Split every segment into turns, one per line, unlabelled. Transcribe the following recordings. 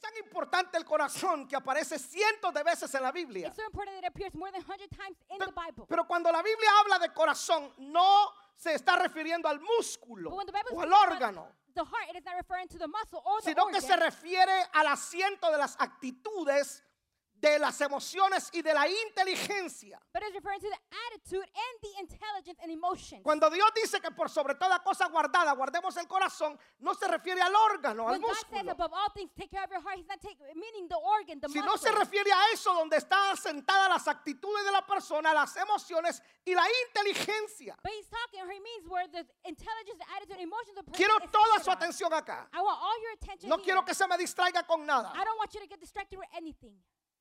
tan importante el corazón que aparece cientos de veces en la Biblia.
It's so important that it appears more than 100 times in
Pe-
the Bible.
Pero cuando la Biblia habla de corazón, no se está refiriendo al músculo
But when the Bible
o
speaks
al
about
órgano,
the heart, it is not referring to the muscle or the
sino que
organ,
se refiere al asiento de las actitudes, de las emociones y de la inteligencia.
but it's referring to the attitude and the intelligence and emotion.
Cuando Dios dice que por sobre toda cosa guardada guardemos el corazón, no se refiere al órgano, al
When God says
músculo,
above all things, take care of your heart, He's not take, meaning the organ, the
sino se
muscle.
refiere a eso donde están asentadas las actitudes de la persona, las emociones y la inteligencia.
But He's talking, or He means where the intelligence, the attitude, and emotions of the person
Quiero
is
toda
centered
su
on.
atención acá.
I want all your attention
No
here.
quiero que se me distraiga con nada.
I don't want you to get distracted with anything.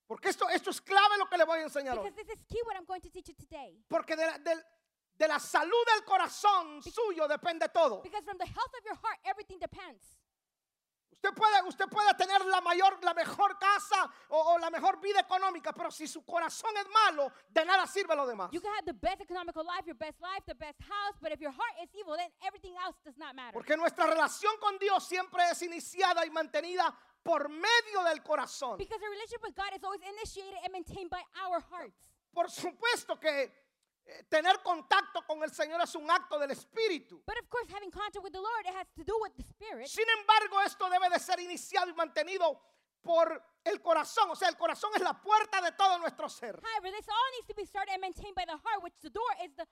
Porque esto, esto es clave lo que le voy a enseñar
Because
hoy.
this is key what I'm going to teach you today.
Porque de la, del- de la salud del corazón suyo depende todo.
Because from the health of your heart, everything depends.
Usted puede, usted puede tener la mayor, la mejor casa o, o la mejor vida económica, pero si su corazón es malo, de nada sirve lo demás.
You can have the best economical life, your best life, the best house, but if your heart is evil, then everything else does not matter.
Porque nuestra relación con Dios siempre es iniciada y mantenida por medio del corazón.
Because a relationship with God is always initiated and maintained by our hearts.
Por supuesto que eh, tener contacto con el Señor es un acto del Espíritu.
But of course, having contact with the Lord, it has to do with the Spirit.
Sin embargo, esto debe de ser iniciado y mantenido por el corazón. O sea, el corazón es la puerta de todo nuestro ser.
However, this all needs to be started and maintained by the heart, which the door is the,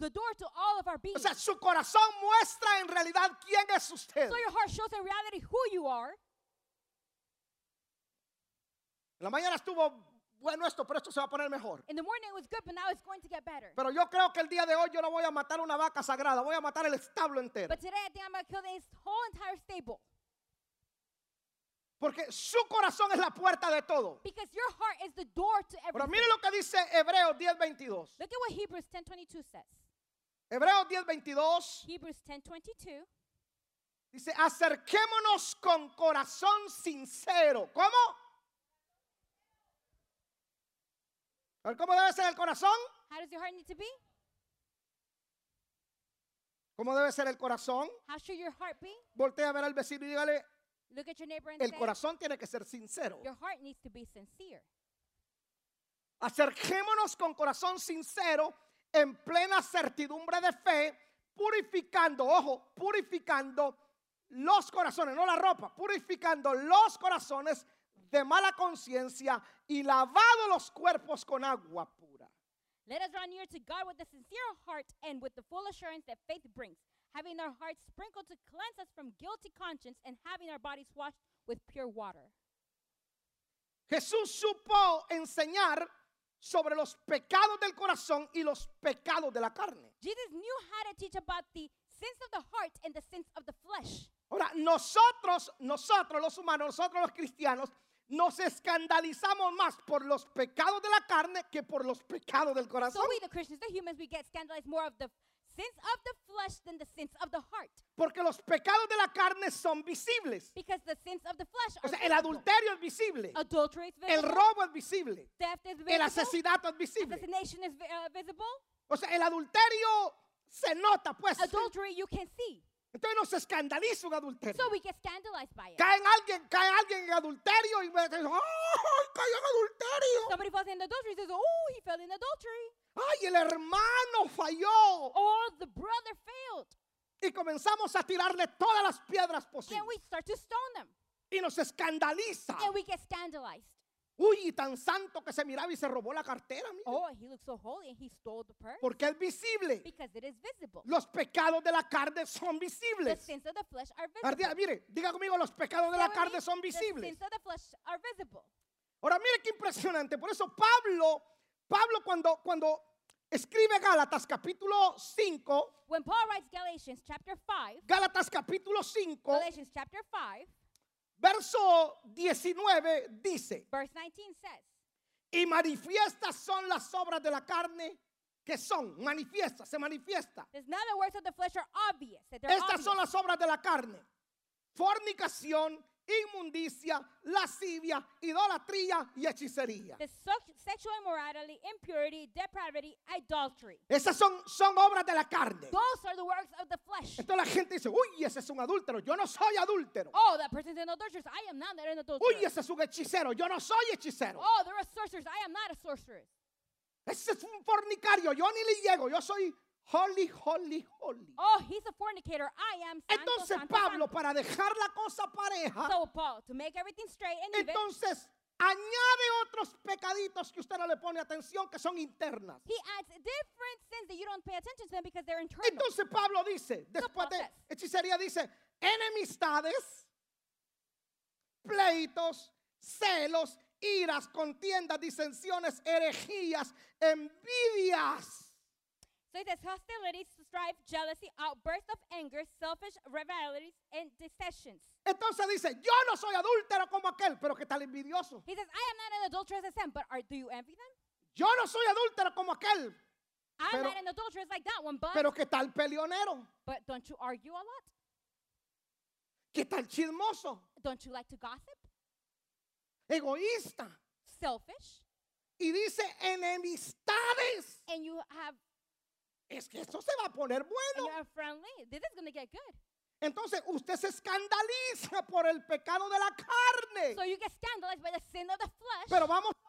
the door to all of our being.
O sea, su corazón muestra en realidad quién es usted.
so your heart shows in reality who you are.
En la mañana estuvo bueno esto, pero esto se va a poner mejor.
In the morning it was good, but now it's going to get better.
Pero yo creo que el día de hoy yo no voy a matar una vaca sagrada, voy a matar el establo entero.
But today I think I'm gonna kill this whole entire stable
Porque su corazón es la puerta de todo.
because your heart is the door to
Pero
everything.
mire lo que dice Hebreos 10:22.
Look at what Hebrews 10:22 says.
Hebreos 10:22
Hebrews 10:22.
dice, acerquémonos con corazón sincero. ¿Cómo? A ver, ¿Cómo debe ser el corazón?
How does your heart need to be?
¿Cómo debe ser el corazón?
How should your heart be?
Voltea a ver al vecino y dígale,
Look at your neighbor and
el
say,
corazón tiene que ser sincero.
your heart needs to be sincere.
Acerquémonos con corazón sincero, en plena certidumbre de fe, purificando, ojo, purificando los corazones, no la ropa, purificando los corazones de mala conciencia y lavado los cuerpos con agua pura.
Let us draw near to God with a sincere heart and with the full assurance that faith brings, having our hearts sprinkled to cleanse us from guilty conscience and having our bodies washed with pure water.
Jesús supo enseñar sobre los pecados del corazón y los pecados de la carne.
Jesus knew how to teach about the sins of the heart and the sins of the flesh.
Ahora, nosotros, nosotros los humanos, nosotros los cristianos, nos escandalizamos más por los pecados de la carne que por los pecados del
So
corazón.
we, the Christians, the humans, we get scandalized more of the sins of the flesh than the sins of the heart,
Porque los pecados de la carne son visibles.
because the sins of the flesh
O
are
sea, el
visible.
adulterio es visible.
adultery is
El
visible,
robo es visible.
theft is
El
visible,
asesinato es visible.
assassination is vi- uh, visible,
O sea, el adulterio se nota, pues.
adultery you can see.
Entonces nos escandaliza un
So
adulterio.
we get scandalized by it.
Cae en alguien, cae alguien en adulterio y me dicen, ¡ay, cayó en adulterio!
Somebody falls in adultery, says, "Oh, he fell in adultery,"
¡Ay, el hermano falló!
or the brother failed.
y comenzamos a tirarle todas las piedras
Then
posibles
we start to stone them,
y nos escandaliza.
and we get scandalized.
Uy, y tan santo que se miraba y se robó la cartera, mira,
Oh, he looks so holy, and he stole the purse
porque es visible.
because it is visible.
Los pecados de la carne son
The
visibles.
sins of the flesh are visible.
Ardía, mire, diga conmigo, los pecados de
Tell
la
me
carne son
The
visibles.
sins of the flesh are visible.
Ahora mire qué impresionante, por eso Pablo, Pablo cuando cuando escribe Gálatas capítulo 5,
When Paul writes Galatians chapter 5,
Gálatas capítulo 5,
Galatians chapter 5,
verso 19 dice:
verse 19 says,
Y manifiestas son las obras de la carne que son, manifiesta, se manifiesta.
There's now the works of the flesh are obvious. That they're
Estas son
obvious.
las obras de la carne. Fornicación, inmundicia, lascivia, idolatría y hechicería.
The sex- sexual immorality, impurity, depravity, idolatry.
Esas son, son obras de la carne.
Those are the works of the flesh.
Entonces la gente dice, uy, ese es un adúltero, yo no soy adúltero.
Oh, that person's an adulteress. I am not an
Uy,
adulteress.
ese es un hechicero, yo no soy hechicero.
Oh, they're a sorceress. I am not a sorceress.
Ese es un fornicario, yo ni le llego, yo soy holy, holy, holy.
Oh, he's a fornicator. I am santo,
Entonces
santo,
Pablo,
santo.
para dejar la cosa pareja,
So Paul, to make everything straight and even,
entonces añade otros pecaditos que usted no le pone atención, que son internas.
he adds different sins that you don't pay attention to them because they're internal.
Entonces Pablo dice, después de
process.
hechicería dice, enemistades, pleitos, celos, iras, contiendas, disensiones, herejías, envidias.
So it says hostility, strife, jealousy, outbursts of anger, selfish rivalities, and dissensions.
Entonces dice, yo no soy adúltero como aquel, pero que tal envidioso.
He says, I am not an adulteress as him, but are, do you envy them?
Yo no soy adúltero como aquel,
I'm
Pero-
not an adulteress like that one, but
pero que tal peleonero,
but don't you argue a lot?
que tal chismoso,
Don't you like to gossip?
egoísta.
Selfish?
Y dice, enemistades.
And you have
Es que eso se va a poner
and
bueno.
you're unfriendly? This is gonna get good.
Entonces usted se escandaliza por el pecado de la carne.
So you get scandalized by the sin of the flesh.
Pero vamos a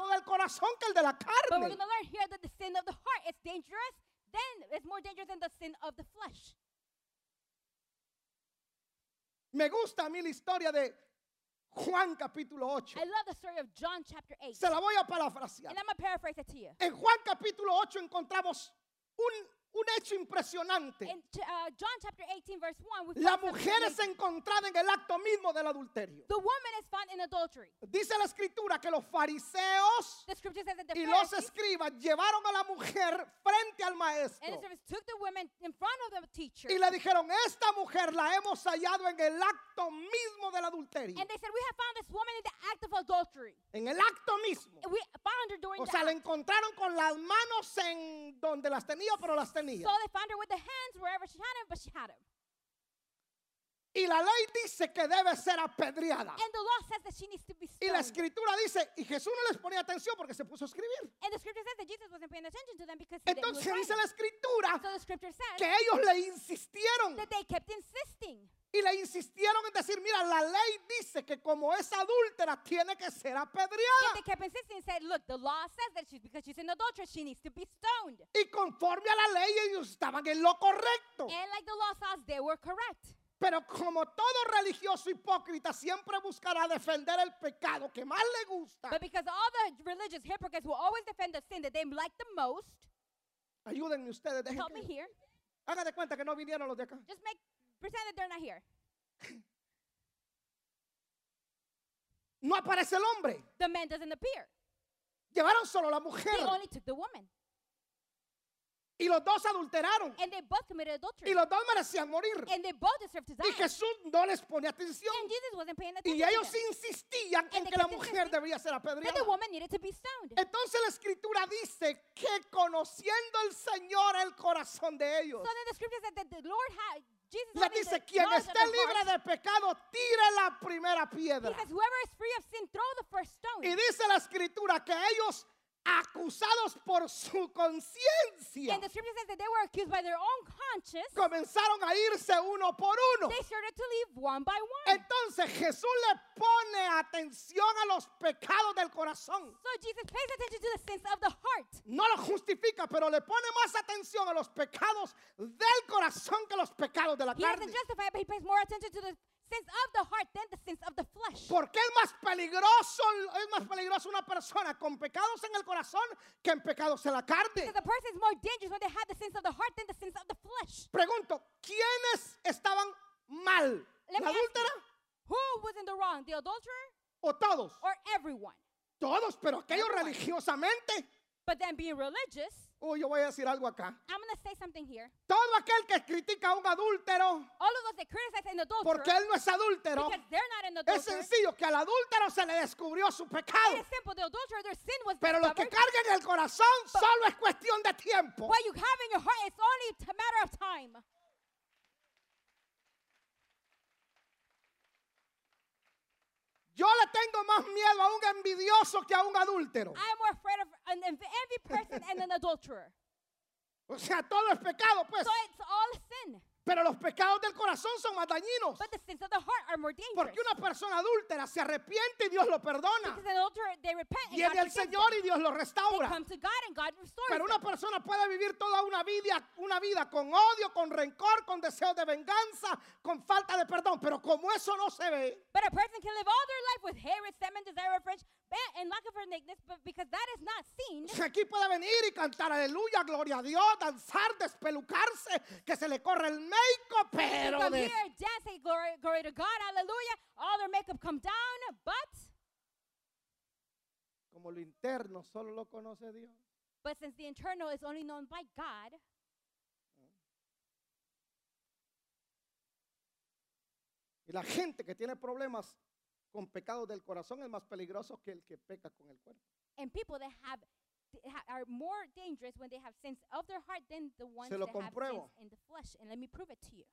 hablar del corazón que el de la
but we're
carne.
gonna learn here that the sin of the heart is dangerous, then it's more dangerous than the sin of the flesh.
Me gusta a mí la historia de Juan capítulo 8.
I love the story of John chapter 8.
Se la voy a
and
parafrasear.
I'm gonna paraphrase it to you.
En Juan capítulo 8 encontramos un, un hecho impresionante.
In Ch- uh, John chapter 18, verse 1, we
La
find something
mujer es
amazing.
encontrada en el acto mismo del adulterio.
the woman is found in adultery.
Dice la escritura que los fariseos
The scripture says that the
y los
Pharisees
escribas llevaron a la mujer frente al
and the
maestro
servants took the woman in front of the teacher,
y le dijeron, esta mujer la hemos hallado en el acto mismo del adulterio.
and they said, "We have found this woman in the act of adultery.
En el acto mismo.
We found her during
O
the
sea, la
act."
encontraron con las manos en donde las tenía, pero las tenía.
So they found her with the hands wherever she had him, but she had him.
Y la ley dice que debe ser apedreada.
And the law says that she needs to be
Ah. Y la
stoned.
escritura dice, y Jesús no les ponía atención porque se puso a escribir.
And the scripture says that Jesus wasn't paying attention to them because he didn't
Entonces dice la escritura
So the scripture says
que ellos le insistieron
that they kept insisting.
y le insistieron en decir, mira, la ley dice que como es adúltera tiene que ser
And
apedreada.
they kept insisting and said, "Look, the law says that she's because she's an adulteress, she needs to be stoned."
Y conforme a la ley ellos estaban en lo correcto.
And like the law says, they were correct.
Pero como todo religioso hipócrita siempre buscará defender el pecado que más le gusta,
But because all the religious hypocrites will always defend the sin that they like the most,
ayúdenme ustedes, dejen
help
que-
me here.
hagan de cuenta que no vinieron los de acá.
Just make pretend that they're not here.
No aparece el hombre,
The man doesn't appear.
llevaron solo la mujer
They only took the woman,
y los dos adulteraron
and they both committed
y
adultery,
los dos merecían morir.
and they both deserve to die.
Y Jesús no les ponía atención
And Jesus wasn't paying attention.
y
to
ellos
them.
insistían en
And
que
they
la
kept
mujer
insisting
debía ser
That
apedreada.
the woman needed to be stoned.
Entonces la escritura dice que conociendo el Señor el corazón de ellos,
So then the scripture said that the Lord had Jesus
les
having the
dice, quien
knowledge of
esté
the heart,
libre de pecado, tire la primera
He
piedra.
says, whoever is free of sin, throw the first stone.
Y dice la escritura que ellos, acusados por su conciencia,
And the scripture says that they were accused by their own conscience.
comenzaron a irse uno por uno.
They started to leave one by one.
Entonces Jesús le pone atención a los pecados del corazón.
So Jesus pays attention to the sins of the heart.
No lo justifica, pero le pone más atención a los pecados del corazón que a los pecados de la
He doesn't
carne.
justify it, but he pays more attention to the sins of the heart than the sins of the flesh.
Porque es más peligroso, es más peligroso una persona con pecados en el corazón que en pecados en la carne.
Because a person is more dangerous when they have the sins of the heart than the sins of the flesh.
Pregunto, ¿quiénes estaban mal?
Let me
¿La
ask
adúltera
you, who was in the wrong, the adulterer
o todos?
or everyone?
Todos, pero aquellos
Everyone.
religiosamente.
But then being religious,
Uy, yo voy a decir algo acá.
I'm going to say something here.
Todo aquel que critica a un adúltero
All of us that criticize an adulterer
porque él no es adúltero,
because they're not an
es
adulterer.
sencillo que al adúltero se le descubrió su
It
pecado.
is simple. The adulterer, their sin was
Pero lo que
discovered.
carga en el corazón solo es cuestión de tiempo.
What you have in your heart is only a matter of time.
tengo más miedo a un envidioso que a un adúltero.
I am more afraid of an env- envy person and an adulterer.
O sea, todo es pecado, pues.
So it's all sin.
Pero los pecados del corazón son más dañinos.
But the sins of the heart are more dangerous.
Porque una persona adúltera se arrepiente y Dios lo perdona.
Because an adulterer, they repent and
Viene
God
al
forgives
Señor
them.
y Dios lo
They
restaura.
come to God and God restores
Pero una
them.
persona puede vivir toda una vida, una vida con odio, con rencor, con deseos de venganza, con falta de perdón. Pero como eso no se ve,
But a person can live all their life with hate, resentment, desire, revenge, ba- and lack of forgiveness, but because that is not seen,
o sea, aquí puede venir y cantar aleluya, gloria a Dios, danzar, despelucarse, que se le corre el make
they
pero
come
de-
here, dance, say glory, glory to God, hallelujah, all their makeup come down, but
como lo interno solo lo conoce Dios.
but since the internal is only known by God,
Y la gente que tiene problemas con pecados del corazón es más peligroso que el que peca con el cuerpo.
and people that have th- ha- are more dangerous when they have sins of their heart than the ones
lo
that have
compruebo.
sins in the flesh. And let me prove it to you.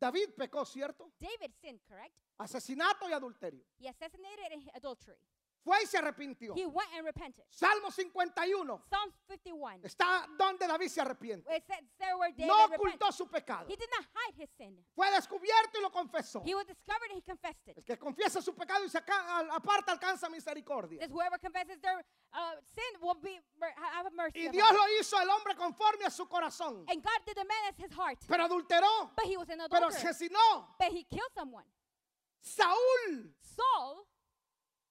David pecó, ¿cierto?
David sinned, correct?
Asesinato y adulterio.
He assassinated and he- adultery.
Fue y se arrepintió.
He went and repented.
Salmo 51
Psalms 51.
está donde David se arrepiente.
It says there where David
No
repented.
ocultó su pecado.
He did not hide his sin.
Fue descubierto y lo confesó.
He was discovered and he confessed it.
El que confiesa su pecado y se aca- al- aparta alcanza misericordia.
That whoever confesses their uh, sin will be mer- ha- have mercy.
Y
upon
Dios
him.
lo hizo el hombre conforme a su corazón.
And God did the man as his heart.
Pero adulteró,
But he was an
pero
adulterer.
asesinó.
But he killed someone.
Saúl
Saul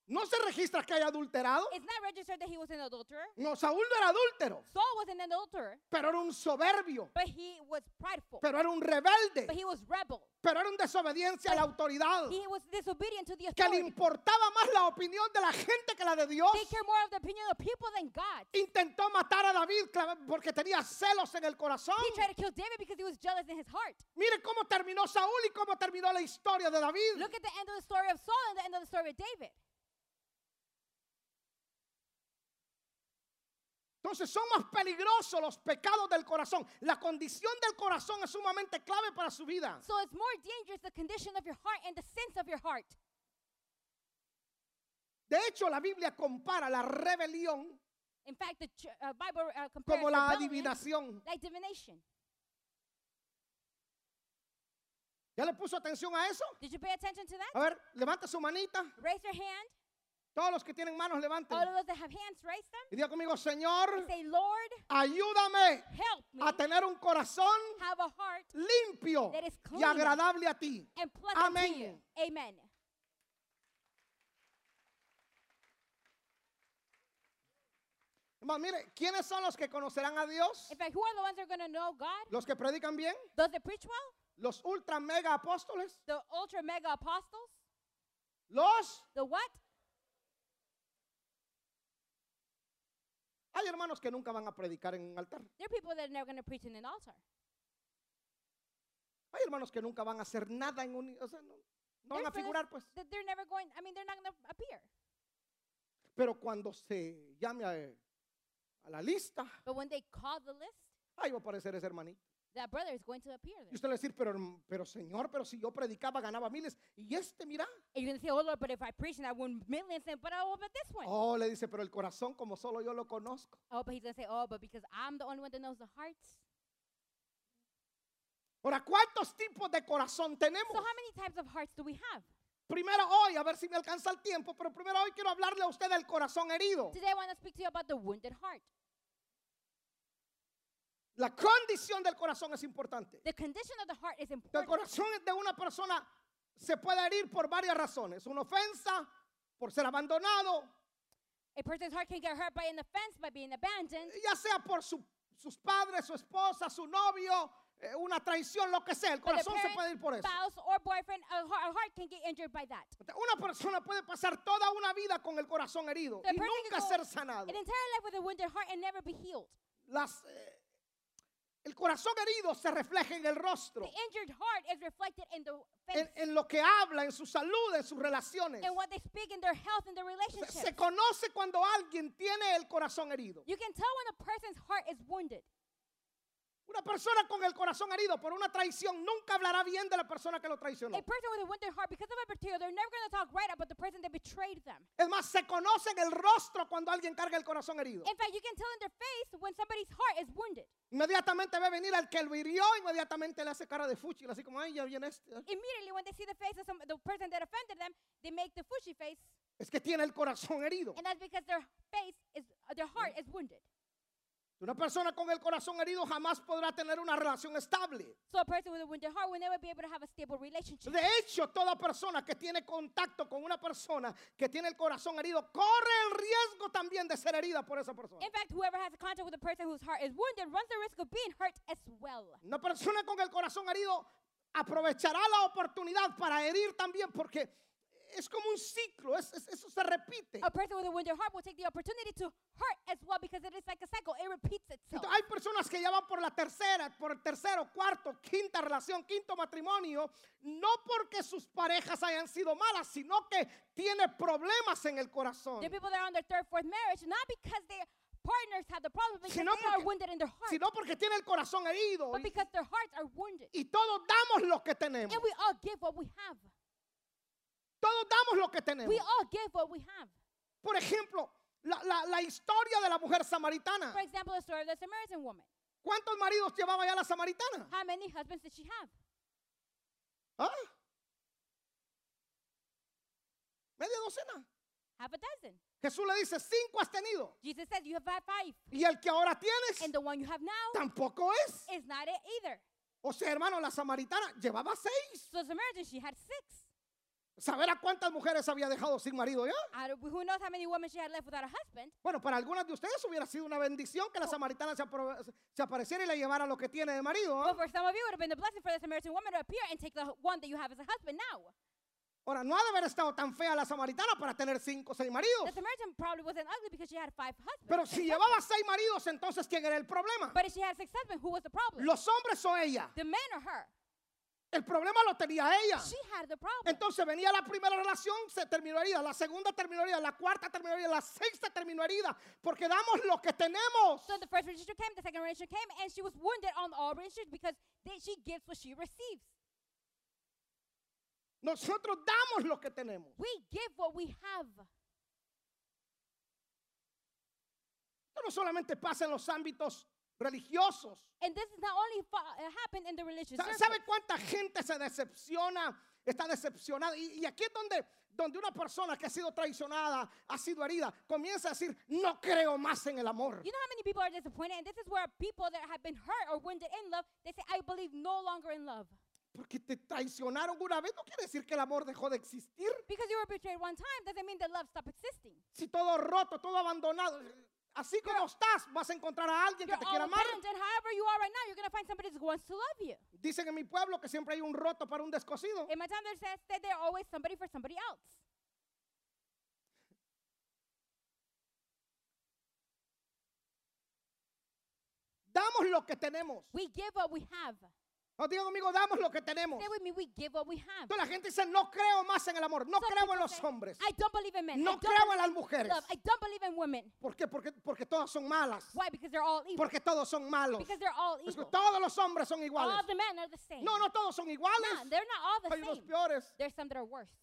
no se registra que haya adulterado.
is not registered that he was an adulterer.
No, Saúl no era adúltero,
Saul was an adulterer,
pero era un soberbio,
but he was prideful.
pero era un rebelde,
But he was rebel.
pero era un desobediencia a la autoridad.
He was disobedient to the
que le
authority.
importaba más la opinión de la gente que la de Dios.
They care more of the opinion of people than God.
Intentó matar a David clava- porque tenía celos en el corazón.
He tried to kill David because he was jealous in his heart.
Mire cómo terminó Saúl y cómo terminó la historia de David.
Look at the end of the story of Saul and the end of the story of David.
Entonces son más peligrosos los pecados del corazón. La condición del corazón es sumamente clave para su vida.
So it's more dangerous the condition of your heart and the sins of your heart.
De hecho, la Biblia compara la rebelión
In fact, the ch- uh, Bible uh, compares
como la
rebellion
adivinación.
like divination.
¿Ya le puso atención a eso?
Did you pay attention to that?
A ver, levanta su manita.
Raise your hand.
Todos los que tienen manos,
All
levanten.
of those that have hands, raise them.
Y diga conmigo, Señor,
And say, Lord,
ayúdame
help Este me
a tener un corazón
have a heart
limpio
That is
y
clean.
agradable a ti.
and pleasant
Amén.
to you. Amen.
Hermano, mire, ¿quiénes son los que conocerán a Dios?
In fact, who are the ones that are going to know God?
Los que predican bien,
Those that preach well?
los ultra mega apóstoles,
The ultra mega apostles?
los
The what?
hay hermanos que nunca van a predicar en un altar.
They're people that are never going to preach in an altar.
Hay hermanos que nunca van a hacer nada en un, o sea, no, no van
They're
a
fellas
figurar pues.
that They're never going, I mean, they're not going to appear.
Pero cuando se llame a, a la lista,
But when they call the list,
ahí va a aparecer ese hermanito.
that brother is going to appear
Y
there.
usted le va a decir, pero, herm- pero señor, pero si yo predicaba ganaba miles y este mira,
And you're going to say, oh Lord, but if I preach and I win millions, then, but oh, but this one. Oh,
oh, le dice, pero el corazón como solo yo lo conozco.
but he's going to say, oh, but because I'm the only one that knows the hearts.
Ahora, ¿cuántos tipos de corazón tenemos?
So how many types of hearts do we have?
Primero hoy, a ver si me alcanza el tiempo, pero primero hoy quiero hablarle a usted del corazón herido.
Today I want to speak to you about the wounded heart.
La condición del corazón es importante.
The condition of the heart is
El
important.
corazón de una persona se puede herir por varias razones. Una ofensa, por ser abandonado,
A person's heart can get hurt by an offense, by being abandoned,
ya sea por su- sus padres, su esposa, su novio, eh, una traición, lo que sea. El
by the
corazón se
parent,
puede ir por eso.
spouse, or boyfriend. A heart, a heart can get injured by that.
Una persona puede pasar toda una vida con el corazón herido
The
y
person
nunca
can go
ser sanado.
An entire life with a wounded heart and never be healed.
Las, eh, el corazón herido se refleja en el rostro.
The injured heart is reflected in the face
en, en lo que habla, en su salud, en sus relaciones.
and what they speak in their health and their
Se,
relationships.
se conoce cuando alguien tiene el corazón herido.
You can tell when a person's heart is wounded.
Una persona con el corazón herido por una traición nunca hablará bien de la persona que lo traicionó.
A person with a wounded heart, because of a betrayal, they're never going to talk right about the person that betrayed them.
Es más, se conoce en el rostro cuando alguien carga el corazón herido.
In fact, you can tell in their face when somebody's heart is wounded.
Inmediatamente ve venir al que lo hirió, inmediatamente le hace cara de fúchil, así como, ay, ya viene este. ay".
Immediately, when they see the face of some, the person that offended them, they make the fushi face,
Es que tiene el corazón herido.
and that's because their face is, uh, their heart is wounded.
Una persona con el corazón herido jamás podrá tener una relación estable.
So a person with a wounded heart will never be able to have a stable relationship.
Pues De hecho, toda persona que tiene contacto con una persona que tiene el corazón herido corre el riesgo también de ser herida por esa persona.
In fact, whoever has contact with a person whose heart is wounded runs the risk of being hurt as well.
Una persona con el corazón herido aprovechará la oportunidad para herir también porque es como un ciclo, es- es- eso se repite.
A person with a wounded heart will take the opportunity to hurt as well because it is like a cycle. It repeats itself.
Entonces, hay personas que ya van por la tercera, por el tercero, cuarto, quinta relación, quinto matrimonio, no porque sus parejas hayan sido malas, sino que tiene problemas en el corazón.
The people that are on their third, fourth marriage, not because their partners have the problem, because
Sino
they are
porque-
wounded in their heart,
sino porque tiene el corazón herido
but
y,
because their hearts are wounded.
y todos damos lo que tenemos.
And we all give what we have.
Todos damos lo que tenemos.
We all give what we have.
Por ejemplo, la, la- la historia de la mujer samaritana.
For example, the story of the Samaritan woman.
¿Cuántos maridos llevaba ya la samaritana?
How many husbands did she have?
¿Ah? Media docena.
Half a dozen.
Jesús le dice, cinco has tenido.
Jesus says, You have had five,
Y el que ahora tienes
and the one you have now
tampoco es.
is not it either.
O sea, hermano, la samaritana llevaba seis.
So the Samaritan, she had six.
¿Saber a cuántas mujeres había dejado sin marido ya?
I don't, who knows how many women she had left without a husband?
Bueno, para algunas de ustedes hubiera sido una bendición que la samaritana se, apro- se apareciera y le llevara lo que tiene de marido. ¿ah?
But for some of you, it would have been a blessing for the Samaritan woman to appear and take the h- one that you have as a husband now.
Ahora, no ha de haber estado tan fea la samaritana para tener cinco o seis maridos.
The Samaritan probably wasn't ugly because she had five husbands.
Pero si llevaba seis maridos, entonces ¿quién era el problema?
But if she had six husbands, who was the problem?
¿Los hombres o ella?
The man or her?
El problema lo tenía ella.
She had the problem.
Entonces venía la primera relación, se terminó herida. La segunda terminó herida. La cuarta terminó herida. La sexta terminó herida. Porque damos lo que tenemos.
So the first relationship came, the second relationship came, and she was wounded on all relationships because they, she gives what she receives.
Nosotros damos lo que tenemos.
We give what we have.
Esto no solamente pasa en los ámbitos religiosos.
And this is not only fa- uh, happened in the religious
Sa-
circle.
¿Sabe cuánta gente se decepciona? Está decepcionada. Y, y aquí es donde, donde una persona que ha sido traicionada, ha sido herida, comienza a decir, no creo más en el amor.
You know how many people are disappointed? And this is where people that have been hurt or wounded in love, they say, I believe no longer in love.
Porque te traicionaron una vez, no quiere decir que el amor dejó de existir.
Because you were betrayed one time doesn't mean that love stopped existing.
Si todo roto, todo abandonado, así como estás, vas a encontrar a alguien que
You're
te
all
quiera amar.
abandoned. However you are right now, you're going to find somebody who wants to love you.
Dicen en mi pueblo que siempre hay un roto para un descosido.
In my time, there says that they're always somebody for somebody else.
Damos lo que tenemos.
We give what we have.
No digo conmigo, damos lo que tenemos.
Stay with me. We give what we have.
Entonces la gente dice, no creo más en el amor, no
Some
creo en
people
los
say,
hombres,
I don't believe in men. I
no
don't
creo en las
believe in
mujeres.
love. I don't believe in women.
¿Por qué? Porque, porque todas son malas,
Why? Because they're all evil.
porque todos son malos.
Because they're all
Es que
evil.
todos los hombres son
All
iguales.
the men are the same.
No, no todos son iguales.
Nah, they're not all the
Hay unos
same.
peores.
There's some that are worse.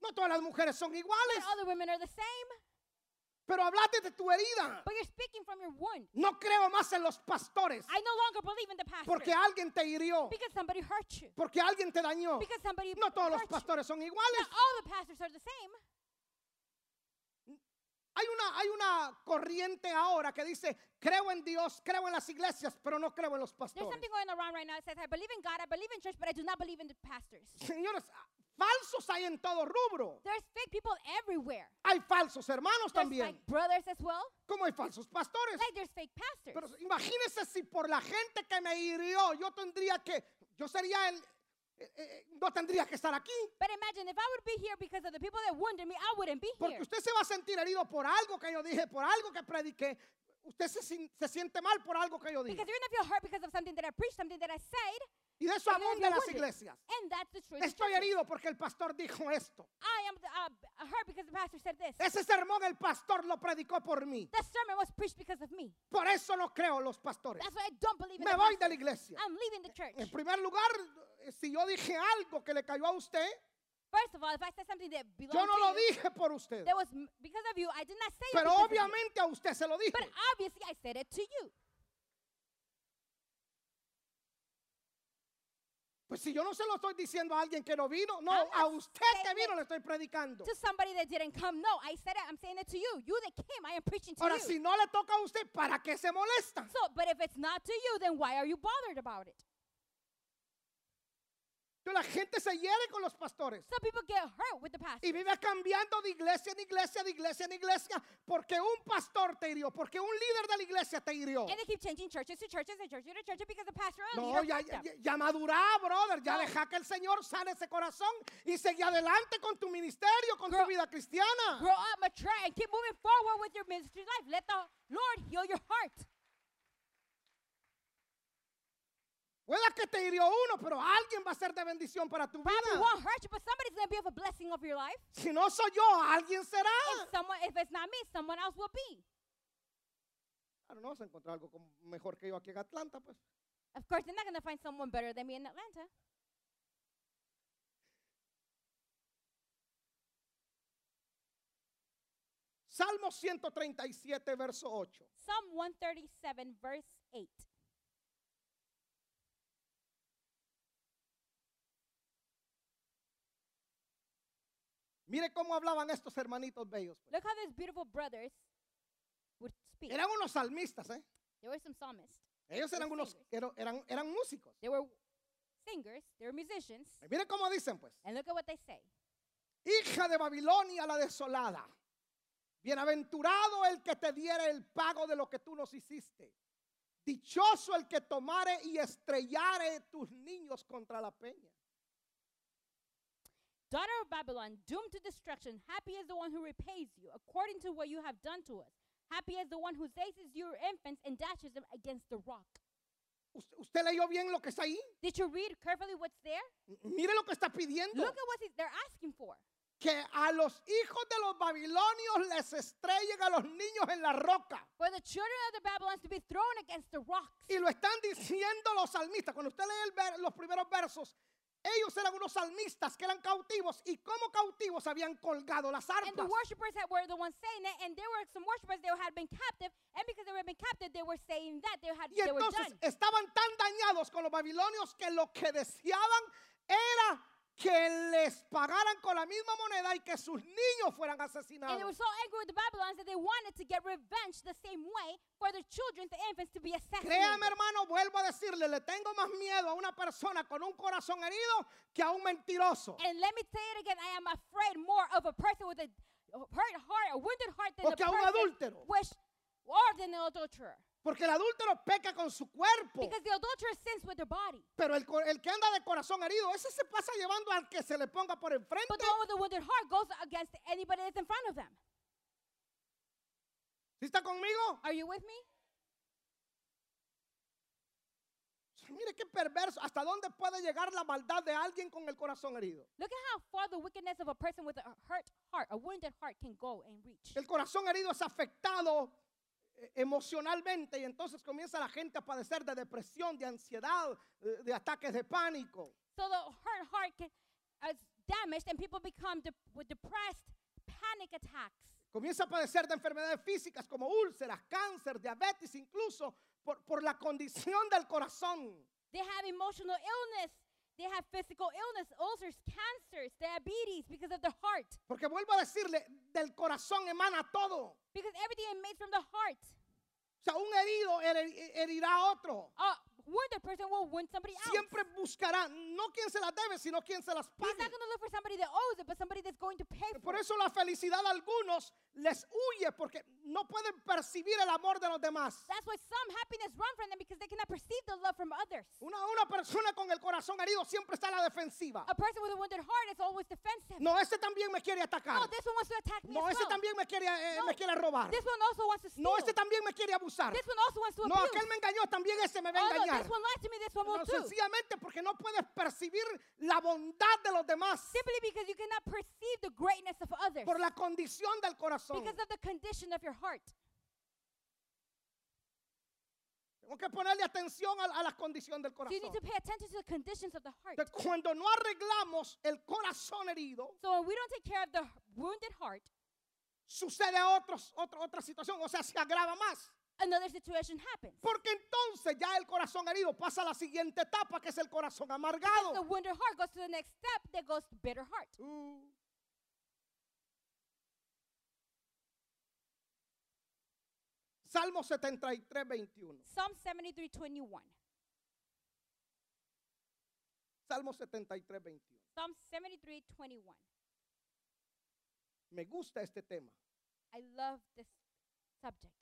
No todas las mujeres son iguales.
Not all the women are the same.
Pero hablaste de tu herida.
But you're speaking from your wound.
No creo más en los pastores.
I no longer believe in the pastor.
Porque alguien te hirió.
Because somebody hurt you.
Porque alguien te dañó.
Because somebody
No todos los
hurt you.
pastores son iguales.
Not all the pastors are the same.
Hay una, hay una corriente ahora que dice, creo en Dios, creo en las iglesias, pero no creo en los
There's
pastores.
something going around right now that says, I believe in God, I believe in church, but I do not believe in the pastors.
Señores, falsos hay en todo rubro.
There's fake people everywhere.
Hay falsos hermanos
There's like
también.
brothers as well.
Como hay falsos pastores.
Like there's fake pastors.
Pero imagínense si por la gente que me hirió, yo tendría que, yo sería el, eh, eh, no tendría que estar aquí.
But imagine if I would be here because of the people that wounded me, I wouldn't be
Porque
here.
usted se va a sentir herido por algo que yo dije, por algo que prediqué. usted se, sin- se siente mal por algo que yo digo.
Because you're gonna feel hurt because of something that I preached, something that I said,
Y de eso
because you're
abundan
gonna
las
feel wounded.
iglesias.
And that's the truth. of
Estoy
churches.
herido porque el pastor dijo esto.
I am uh, b- hurt because the pastor said this.
Ese sermón el pastor lo predicó por mí.
That sermon was preached because of me.
Por eso no creo en los pastores.
That's why I don't believe in
Me
the
voy de
pastor.
la iglesia.
I'm leaving the church.
En primer lugar, eh, si yo dije algo que le cayó a usted,
First of all, if I said something that
yo
belongs
no lo
to you,
dije por usted.
that was m- because of you, I did not say it.
Pero
because of you.
obviamente a usted se lo dije.
But obviously, I said it to you.
Pues si yo no se lo estoy diciendo a alguien que no vino, no,
I'm not
a usted que
saying
vino
it.
le estoy predicando.
To somebody that didn't come, no, I said it. I'm saying it to you. You that came, I am preaching to
Ahora,
you.
si no le toca a usted, ¿para qué se molesta?
So, but if it's not to you, then why are you bothered about it?
Yo, La gente se hiere con los pastores
Some people get hurt with the pastor.
y vive cambiando de iglesia en iglesia, de iglesia en iglesia, porque un pastor te hirió, porque un líder de la iglesia te hirió.
And they keep changing churches to churches and churches to churches because the pastor oh, or
No,
leader
ya,
hurt
ya,
them.
ya madurá, brother. Ya
No.
deja que el Señor sane ese corazón y sigue adelante con tu ministerio, con tu
Grow-
vida cristiana.
Grow up, mature, and keep moving forward with your ministry life. Let the Lord heal your heart.
Pueda que te hirió uno, pero alguien va a ser de bendición para tu
Probably
vida.
won't hurt you, but somebody's gonna be of a blessing of your life.
Si no soy yo, alguien será.
And someone, if it's not me, someone else will be.
Claro, no vas a encontrar algo como- mejor que yo aquí en Atlanta, pues.
Of course, they're not gonna find someone better than me in Atlanta.
Salmo 137, verso 8.
Psalm 137, verse 8.
Mire cómo hablaban estos hermanitos bellos. pues.
Look how these beautiful brothers would speak.
Eran unos salmistas, ¿eh?
There were some psalmists.
Ellos eran
Los
unos, ero- eran, eran músicos.
They were singers. They were musicians.
Y mire cómo dicen, pues.
And look at what they say.
Hija de Babilonia la desolada. Bienaventurado el que te diere el pago de lo que tú nos hiciste. Dichoso el que tomare y estrellare tus niños contra la peña.
Daughter of Babylon, doomed to destruction, happy is the one who repays you according to what you have done to us. Happy is the one who seizes your infants and dashes them against the rock.
¿Usted, usted leyó bien lo que está ahí?
Did you read carefully what's there?
M- Mire lo que está pidiendo.
Look at what he's- they're asking for.
que a los hijos de los babilonios les estrellen a los niños en la roca.
For the children of the Babylons to be thrown against the rocks.
Y lo están diciendo los salmistas. Cuando usted lee el ver- los primeros versos, ellos eran unos salmistas que eran cautivos y como cautivos habían colgado las
And the
arpas.
worshippers that were the ones saying that, and there were some worshippers that had been captive, and because they were been captive, they were saying that they had
Y
they were
entonces
done.
estaban tan dañados con los babilonios que lo que deseaban era que les pagaran con la misma moneda y que sus niños fueran
And they
asesinados.
were so angry with the Babylons that they wanted to get revenge the same way for their children, the infants, to be
Créame,
assassinated.
hermano, vuelvo a decirle, le tengo más miedo a una persona con un corazón herido que a un mentiroso.
And let me say it again, I am afraid more of a person with a hurt heart, a wounded heart than
O
a
que a un
person
adúltero.
which or than an adulterer.
Porque el adúltero peca con su cuerpo.
Because the adulterer sins with their body.
Pero el, co- el que anda de corazón herido, ese se pasa llevando al que se le ponga por enfrente.
But the one with a wounded heart goes against anybody that's in front of them.
¿Sí está conmigo?
Are you with me?
Mire qué perverso. ¿Hasta dónde puede llegar la maldad de alguien con el corazón herido?
Look at how far the wickedness of a person with a hurt heart, a wounded heart, can go and reach.
El corazón herido es afectado eh, emocionalmente y entonces comienza la gente a padecer de depresión, de ansiedad, eh, de ataques de pánico.
So the hurt heart can, is damaged, and people become de- with depressed, panic attacks.
Comienza a padecer de enfermedades físicas como úlceras, cáncer, diabetes, incluso por, por la condición del corazón.
They have emotional illness. They have physical illness, ulcers, cancers, diabetes because of the heart.
Porque vuelvo a decirle, del corazón emana todo.
Because everything is made from the heart.
O sea, un herido her- herirá a otro.
A where the person will win somebody else.
Siempre buscará no quien se las debe, sino quien se las
He's
pague.
not going to look for somebody that owes it, but somebody that's going to pay for
Por
it.
eso la felicidad a algunos les huye porque no pueden percibir el amor de los demás.
That's why some happiness run from them because they cannot perceive the love from others.
Una, una persona con el corazón herido siempre está a la defensiva.
A person with a wounded heart is always defensive.
No, este también me quiere atacar.
Oh, this one wants to attack me
No,
as
este
well.
también me quiere, eh,
No.
me quiere robar.
This one also wants to steal.
No, este también me quiere abusar.
This one also wants to
No,
abuse.
aquel me engañó, también ese me va a
oh, no,
engañar.
this one lied to me, this one
No,
will too.
sencillamente porque no puedes percibir la bondad de los demás
Simply because you cannot perceive the greatness of others
por la condición del corazón.
because of the condition of your heart.
Tengo que ponerle atención a, a la condición del
So you need
corazón.
to pay attention to the conditions of the heart.
Que Cuando no arreglamos el corazón herido,
So when we don't take care of the wounded heart,
sucede otros, otro- otra situación, o sea, se agrava más.
another situation happens.
Porque entonces ya el corazón herido pasa a la siguiente etapa, que es el corazón
The
amargado.
wounded heart goes to the next step that goes to bitter heart.
Uh. Salmo 73, 21.
Psalm 73, 21.
Salmo 73, 21.
Psalm 73, 21.
Me gusta este tema.
I love this subject.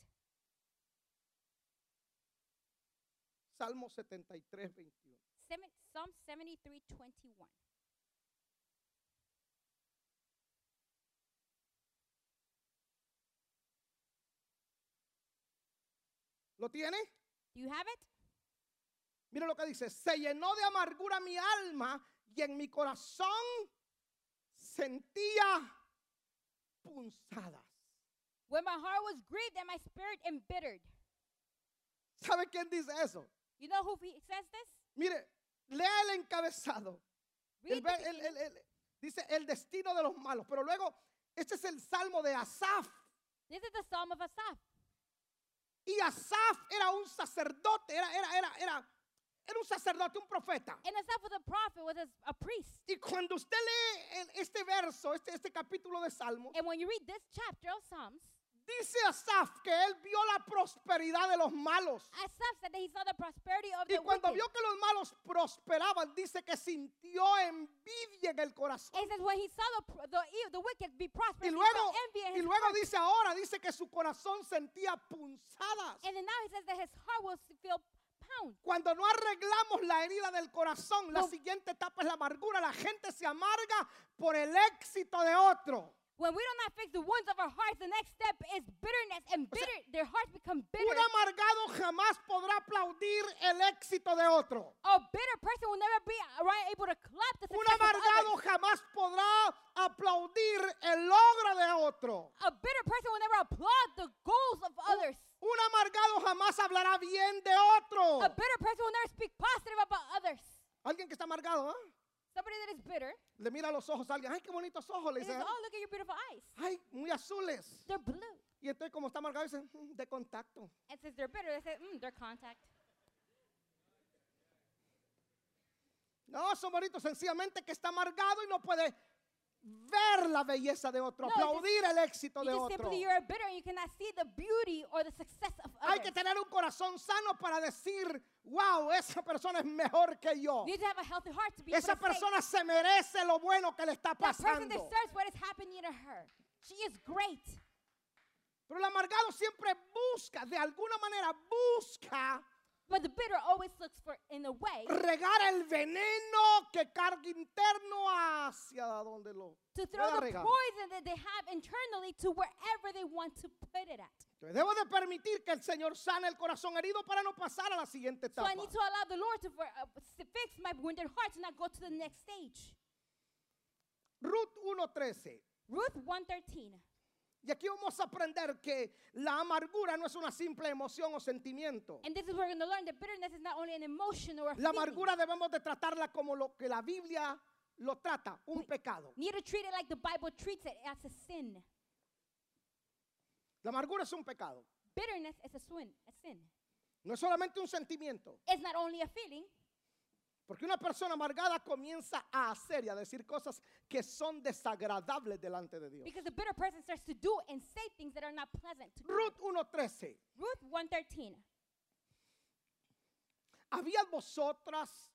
Salmo 73, 21.
Seven- Psalm 73, 21.
¿Lo tiene?
Do you have it?
Mira lo que dice. Se llenó de amargura mi alma y en mi corazón sentía punzadas.
When my heart was grieved and my spirit embittered.
¿Sabe quién dice eso?
You know who he says this?
Mire, lea el encabezado. El
Read the
ve- el-
beginning.
el- el- dice el destino de los malos. Pero luego, este es el salmo de Asaf.
This is the Psalm of Asaph.
Y Asaf era un sacerdote, era, era, era, era, era un sacerdote, un profeta.
And Asaph was a prophet, was a, a priest.
Y cuando usted lee el- este verso, este, este capítulo de Salmo,
And when you read this chapter of Psalms,
dice Asaf que él vio la prosperidad de los malos.
Asaph said that he saw the prosperity of
Y
the
cuando
Ah, wicked.
vio que los malos prosperaban, dice que sintió envidia en el corazón.
It says when he saw the, pr- the, e- the wicked be
Y
prosperous, he
luego,
felt envy in
y
his
luego
heart.
dice ahora, dice que su corazón sentía punzadas.
And then now he says that his heart will s- feel pound.
Cuando no arreglamos la herida del corazón, la
No.
siguiente etapa es la amargura. La gente se amarga por el éxito de otro.
When we do not fix the wounds of our hearts, the next step is bitterness. And bitter, their hearts become bitter.
Un amargado jamás podrá aplaudir el éxito de otro.
A bitter person will never be uh, right, able to clap the
Un
success of
amargado
others.
jamás podrá aplaudir el logro de otro.
A bitter person will never applaud the goals of
Oh.
others.
Un amargado jamás hablará bien de
A
otro.
bitter person will never speak positive about others.
Alguien que está amargado, ¿ah?
Somebody that is bitter
Le mira los ojos a alguien. Ay, qué bonitos ojos, le
and
dice. ¿ah?
says, "Oh, look at your beautiful eyes.
Ay, muy azules.
They're blue."
Y entonces como está amargado, dice, "Mm, de contacto.
And since they're bitter, they say, "Mm, they're contact."
No, son bonitos, sencillamente que está amargado y no puede ver la belleza de otro,
No, you
aplaudir el éxito de
You just
otro.
simply you're bitter and you cannot see the beauty or the success of
Hay que
others.
tener un corazón sano para decir, wow, esa persona es mejor que yo.
You need to have a healthy heart to be able
Esa
to say,
persona se merece lo bueno que le está
that person
pasando.
deserves what is happening to her. She is great.
Pero el amargado siempre busca, de alguna manera busca
But the bitter always looks for in a way
regar el veneno que carga interno hacia donde lo
to throw
pueda
the
regar.
poison that they have internally to wherever they want to put it at.
Entonces, Debo de permitir que el Señor sane el corazón herido para no pasar a la siguiente
So
etapa.
I need to allow the Lord to for, uh, s- fix my wounded heart and not go to the next stage.
Ruth 1.13.
Ruth 1:13.
Y aquí vamos a aprender que la amargura no es una simple emoción o sentimiento.
And this is where we're going to learn that bitterness is not only an emotion or a
La
feeling.
amargura debemos de tratarla como lo que la Biblia lo trata, un pecado.
Need to treat it like the Bible treats it as a sin.
La amargura es un pecado.
Bitterness is a sin. A sin.
No es solamente un sentimiento,
It's not only a feeling.
porque una persona amargada comienza a hacer y a decir cosas que son desagradables delante de Dios.
Because the bitter person starts to do and say things that are not pleasant to God.
Ruth 1.13.
Ruth 113.
¿Habías vosotras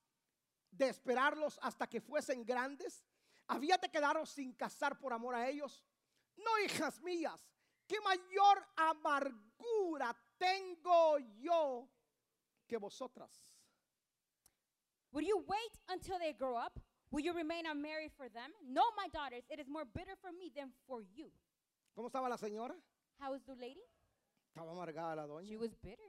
de esperarlos hasta que fuesen grandes? ¿Habías de quedaros sin casar por amor a ellos? No, hijas mías, qué mayor amargura tengo yo que vosotras.
Will you wait until they grow up? Will you remain unmarried for them? No, my daughters, it is more bitter for me than for you.
¿Cómo estaba la señora?
How is the lady?
Estaba amargada la doña.
She was bitter.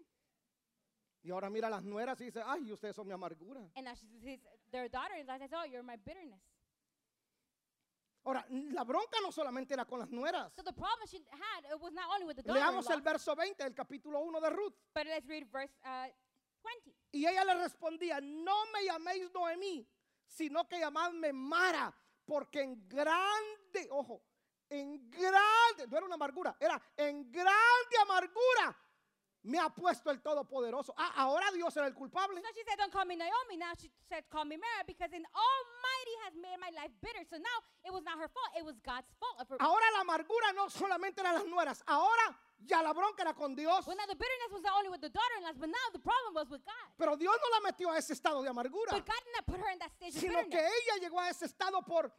Y ahora mira a las nueras y dice, ay, ustedes son mi amargura.
And as she sees their daughter, and I says, Oh, you're my bitterness.
Ahora, la bronca no solamente era con las nueras.
So the problem she had it was not only with the daughter,
Leamos el verso 20 del capítulo 1 de Ruth.
but let's read verse uh, 20.
Y ella le respondía, no me llaméis Noemí, sino que llamadme Mara, porque en grande, ojo, en grande, no era una amargura, era en grande amargura me ha puesto el Todopoderoso. Ah, ahora Dios era el culpable.
So she said, Don't call me Naomi. Now she said, Call me Mara, because an Almighty has made my life bitter. So now it was not her fault, it was God's fault. Of her.
Ahora la amargura no solamente era las nueras, ahora ya la bronca era con Dios.
Well, now the bitterness was not only with the daughter in law, but now the problem was with God.
Pero Dios no la metió a ese estado de amargura,
But God did not put her in that stage of
sino que
bitterness.
ella llegó a ese estado por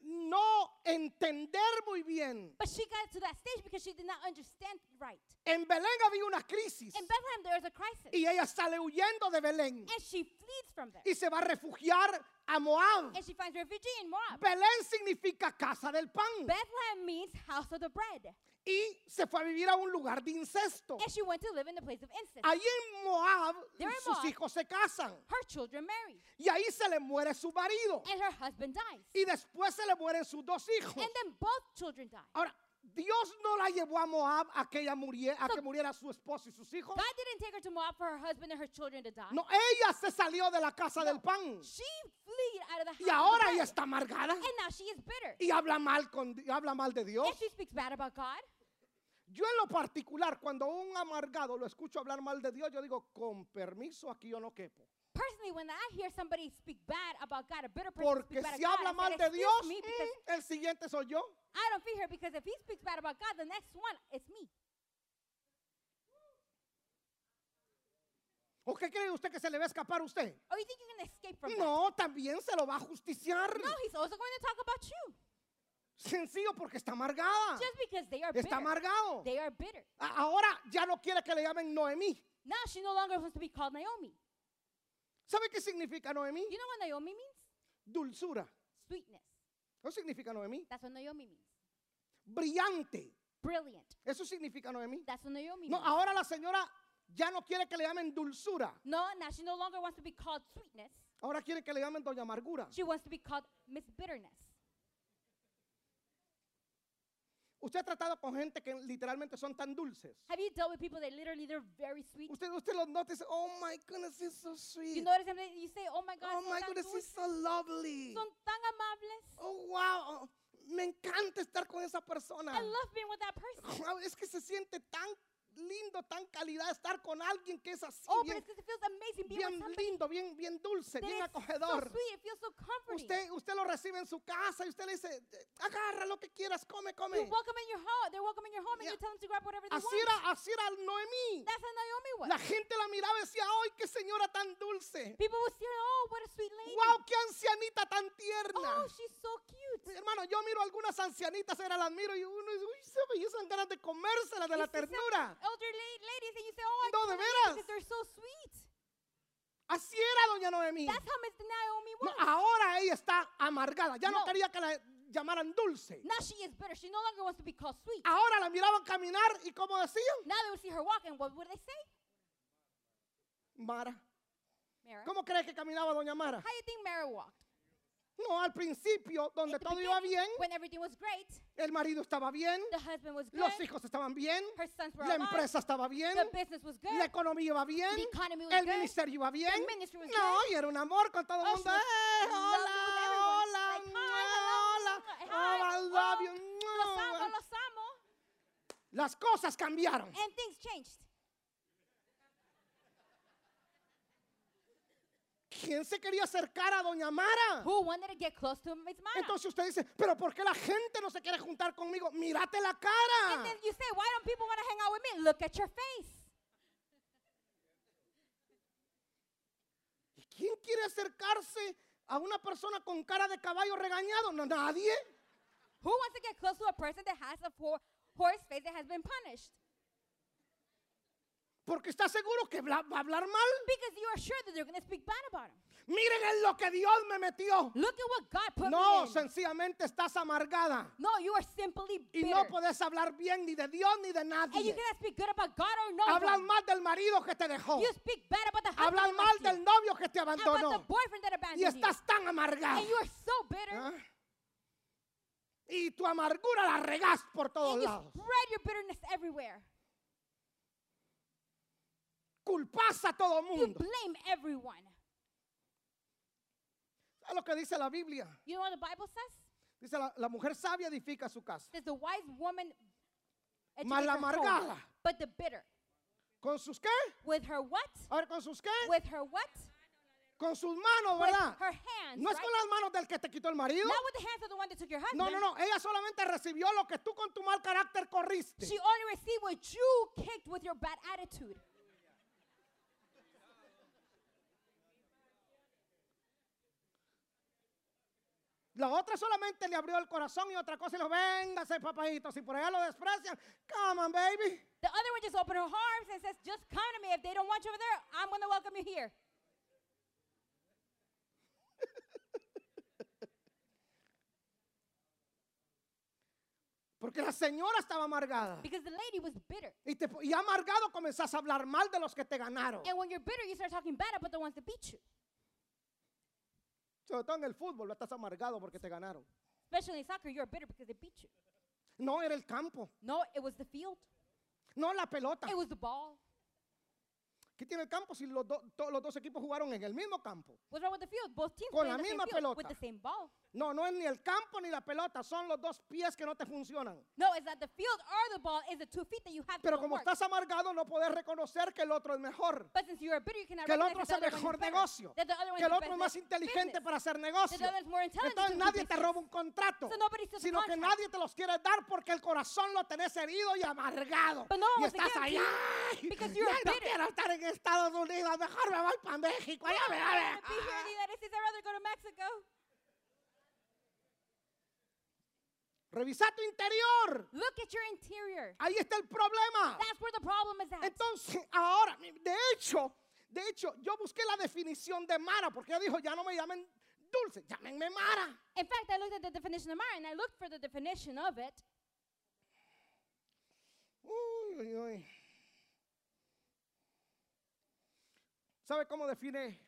no entender muy bien.
But she got to that stage because she did not understand right.
En Belén había una crisis.
In Bethlehem, there is a crisis.
Y ella sale huyendo de Belén
And she flees from there.
y se va a refugiar a Moab.
And she finds refuge in Moab.
Belén significa casa del pan.
Bethlehem means house of the bread.
Y se fue a vivir a un lugar de incesto.
And she went to live in the place of incest.
Allí en Moab
There in
sus
Moab.
hijos se casan
Her children marry.
y ahí se le muere su marido
And her husband dies.
y después se le mueren sus dos hijos.
And then both children die.
Ahora, Dios no la llevó a Moab a que ella muriera, a
So-
que muriera su esposo y sus hijos.
God didn't take her to Moab for her husband and her children to die.
No, ella se salió de la casa del pan
She fled out of the house.
y
of
ahora
the
ella
bread.
está amargada
And now she is bitter.
y habla mal con Di- habla mal de Dios.
And she speaks bad about God.
Yo en lo particular, cuando un amargado lo escucho hablar mal de Dios, yo digo, con permiso, aquí yo no quepo.
Personally, when I hear somebody speak bad about God, a bitter person
Porque
speak bad
si
about God,
habla
I
mal
said,
de
"Excuse
Dios, eh".
me, because
mm, el siguiente soy yo.
I don't fear her because if he speaks bad about God, the next one is me.
¿O qué cree usted que se le va a escapar a usted?
Oh, you think you can escape from that?
No, también se lo va a justiciar.
No, he's also going to talk about you.
Sencillo, porque está amargada.
Just because they are
Ah. Está
bitter.
amargado.
They are bitter.
A- Ahora ya no quiere que le llamen Noemí.
Now she no longer wants to be called Naomi.
¿Sabe qué significa Noemí?
You know what Naomi means?
Dulzura.
Sweetness.
Eso significa Noemí.
That's what Naomi means.
Brillante.
Brilliant.
Eso significa Noemí.
That's what Naomi
No,
means.
ahora la señora ya no quiere que le llamen dulzura.
No, now she no longer wants to be called sweetness.
Ahora quiere que le llamen Doña Amargura.
She wants to be called Miss Bitterness.
Usted ha tratado con gente que literalmente son tan dulces.
Have you dealt with people that literally they're very sweet?
Usted, usted los nota y dice, oh my goodness, he's so sweet.
You notice them that you say, "Oh my God,
oh
son
my
tan
goodness, he's
dulces,
so lovely.
son tan amables.
Oh wow, oh, me encanta estar con esa persona.
I love being with that person."
Wow, es que se siente tan lindo, tan calidad estar con alguien que es así,
Oh, but
bien,
it's 'cause it feels amazing being with
bien
somebody
lindo, bien, bien dulce,
that
bien
is
acogedor.
so sweet. It feels so comforting.
Usted, usted lo recibe en su casa y usted le dice, agarra lo que quieras, come, come.
You welcome in your home. They're welcome in your home, and
Yeah.
you tell them to grab whatever they
Así
want.
era, así era Noemí.
That's how Naomi was.
La gente la miraba y decía, ¡ay, qué señora tan dulce!
People would see her, "Oh, what a sweet lady.
¡Wow, qué ancianita tan tierna!
Oh, she's so cute."
Hermano, yo miro algunas ancianitas, ahora las miro y uno dice, uy, se bellezan ganas de comérselas de
You
la
see some
ternura.
Elder la- ladies, and you say, "Oh, I
No, de
can't
veras.
because they're so sweet."
Así era doña Noemí.
That's how Miss Naomi
No, ah.
was.
ahora ella está amargada, ya no,
No.
quería que la llamaran dulce.
Now she is bitter. She no longer wants to be called sweet.
Ahora la miraban caminar y como decían,
Now they would see her walk, and what would they say?
Mara.
Mara.
¿Cómo crees que caminaba doña Mara?
How do you think Mara walked?
No, al principio, donde
At the
todo iba
beginning,
bien,
When everything was great,
el marido estaba bien,
the husband was good,
los hijos estaban bien,
her sons were
la
alive,
empresa estaba bien,
the business was
la
good,
economía iba bien,
the economy was
el
good.
ministerio iba bien.
ministry was
No, y era un amor con todo el
Oh, she
mundo.
was
"Eh,
lovely with
hola, hola,
everyone. Like, hi,
mua,
hello,
hola,
hi,
oh, I love you,
Los
mua".
amo, los Eh. amo,
Las cosas cambiaron.
and things changed.
¿Quién se quería acercar a doña Mara?
Who wanted to get close to Miss Mara?
Entonces usted dice, pero ¿por qué la gente no se quiere juntar conmigo? Mírate la
and
cara.
then you say, why don't people want to hang out with me? Look at your face.
¿Quién quiere acercarse a una persona con cara de caballo regañado? No, nadie.
Who wants to get close to a person that has a poor horse face that has been punished?
Porque está seguro que bla- va a hablar mal.
Because you are sure that they're going to speak bad about him.
Miren en lo que Dios me metió.
Look at what God put
No,
me in.
sencillamente estás amargada.
No, you are
Y
simply bitter.
no podés hablar bien ni de Dios ni de
and you
nadie.
cannot speak good about God or no
Hablas
one.
mal del marido que te dejó.
You speak bad about the husband
Hablas
that
mal
left
del
you.
novio que te
about the
abandonó.
boyfriend that abandoned
Y estás tan
you.
amargada.
And you are so bitter.
¿Ah? Y tu amargura la regás por todos
and you
lados.
spread your bitterness everywhere.
Culpas a todo
You
mundo.
blame everyone.
¿Sabes lo que dice la Biblia?
You know what the Bible says?
Dice la, la mujer sabia edifica su casa.
Says the wise woman
Mas la
educates her home,
amargada.
but the bitter.
¿Con sus qué?
With her what?
A ver, ¿con sus qué?
With her what?
Con sus manos,
With
¿verdad?
Pues, her hands.
No es
right?
con las manos del que te quitó el marido.
Not with the hands of the one that took your husband.
No, no, no. Ella solamente recibió lo que tú con tu mal carácter corriste.
She only received what you kicked with your bad attitude.
La otra solamente le abrió el corazón y otra cosa y lo véngase, papayito. Si por allá lo desprecian, come on, baby.
The other one just opened her arms and says, Just come to me. If they don't want you over there, I'm going to welcome you here.
Porque la señora estaba amargada.
Because the lady was bitter.
Y, te, y amargado comenzás a hablar mal de los que te ganaron.
And when you're bitter, you start talking bad about the ones that beat you,
Sobre todo en el fútbol, lo estás amargado porque te ganaron.
especially in soccer. You're bitter because they beat you.
No era el campo,
No, it was the field.
no la pelota.
It was the ball.
¿Qué tiene el campo si los, do- todos los dos equipos jugaron en el mismo campo?
What's wrong with the field? Both teams
Con
play
la
on the same
misma
field with
pelota.
the same ball.
No, no es ni el campo ni la pelota, son los dos pies que no te funcionan.
No, it's not the field or the ball. It's the two feet that you have. that
Pero
don't
como
work.
estás amargado, no podés reconocer que el otro es mejor,
But since you are bitter, you cannot
que el
recognize
otro es
that
el
the other one
mejor negocio,
is better, that the other one
que el otro
is the
es
best
más
business,
inteligente para hacer negocio.
that the other is more intelligent
Entonces
to do
nadie te
business.
roba un contrato,
So nobody steals the
sino que
contract.
nadie te los quiere dar porque el corazón lo tenés herido y amargado.
But no
y
one wants to
estás
give it to
allá.
you
"Ay,
because
ya
you're
no
bitter."
quiero estar en Estados Unidos, mejor me voy para México. allá me-
I
allá
don't wanna be here in the
me-
United States. I'd rather go to Mexico.
Revisa tu interior.
Look at your interior.
Ahí está el problema.
That's where the problem is at.
Entonces, ahora, mi- de hecho, de hecho, yo busqué la definición de Mara, porque ella dijo, ya no me llamen dulce, llámenme Mara.
In fact, I looked at the definition of Mara and I looked for the definition of it.
Uy, uy, uy. ¿Sabe cómo define,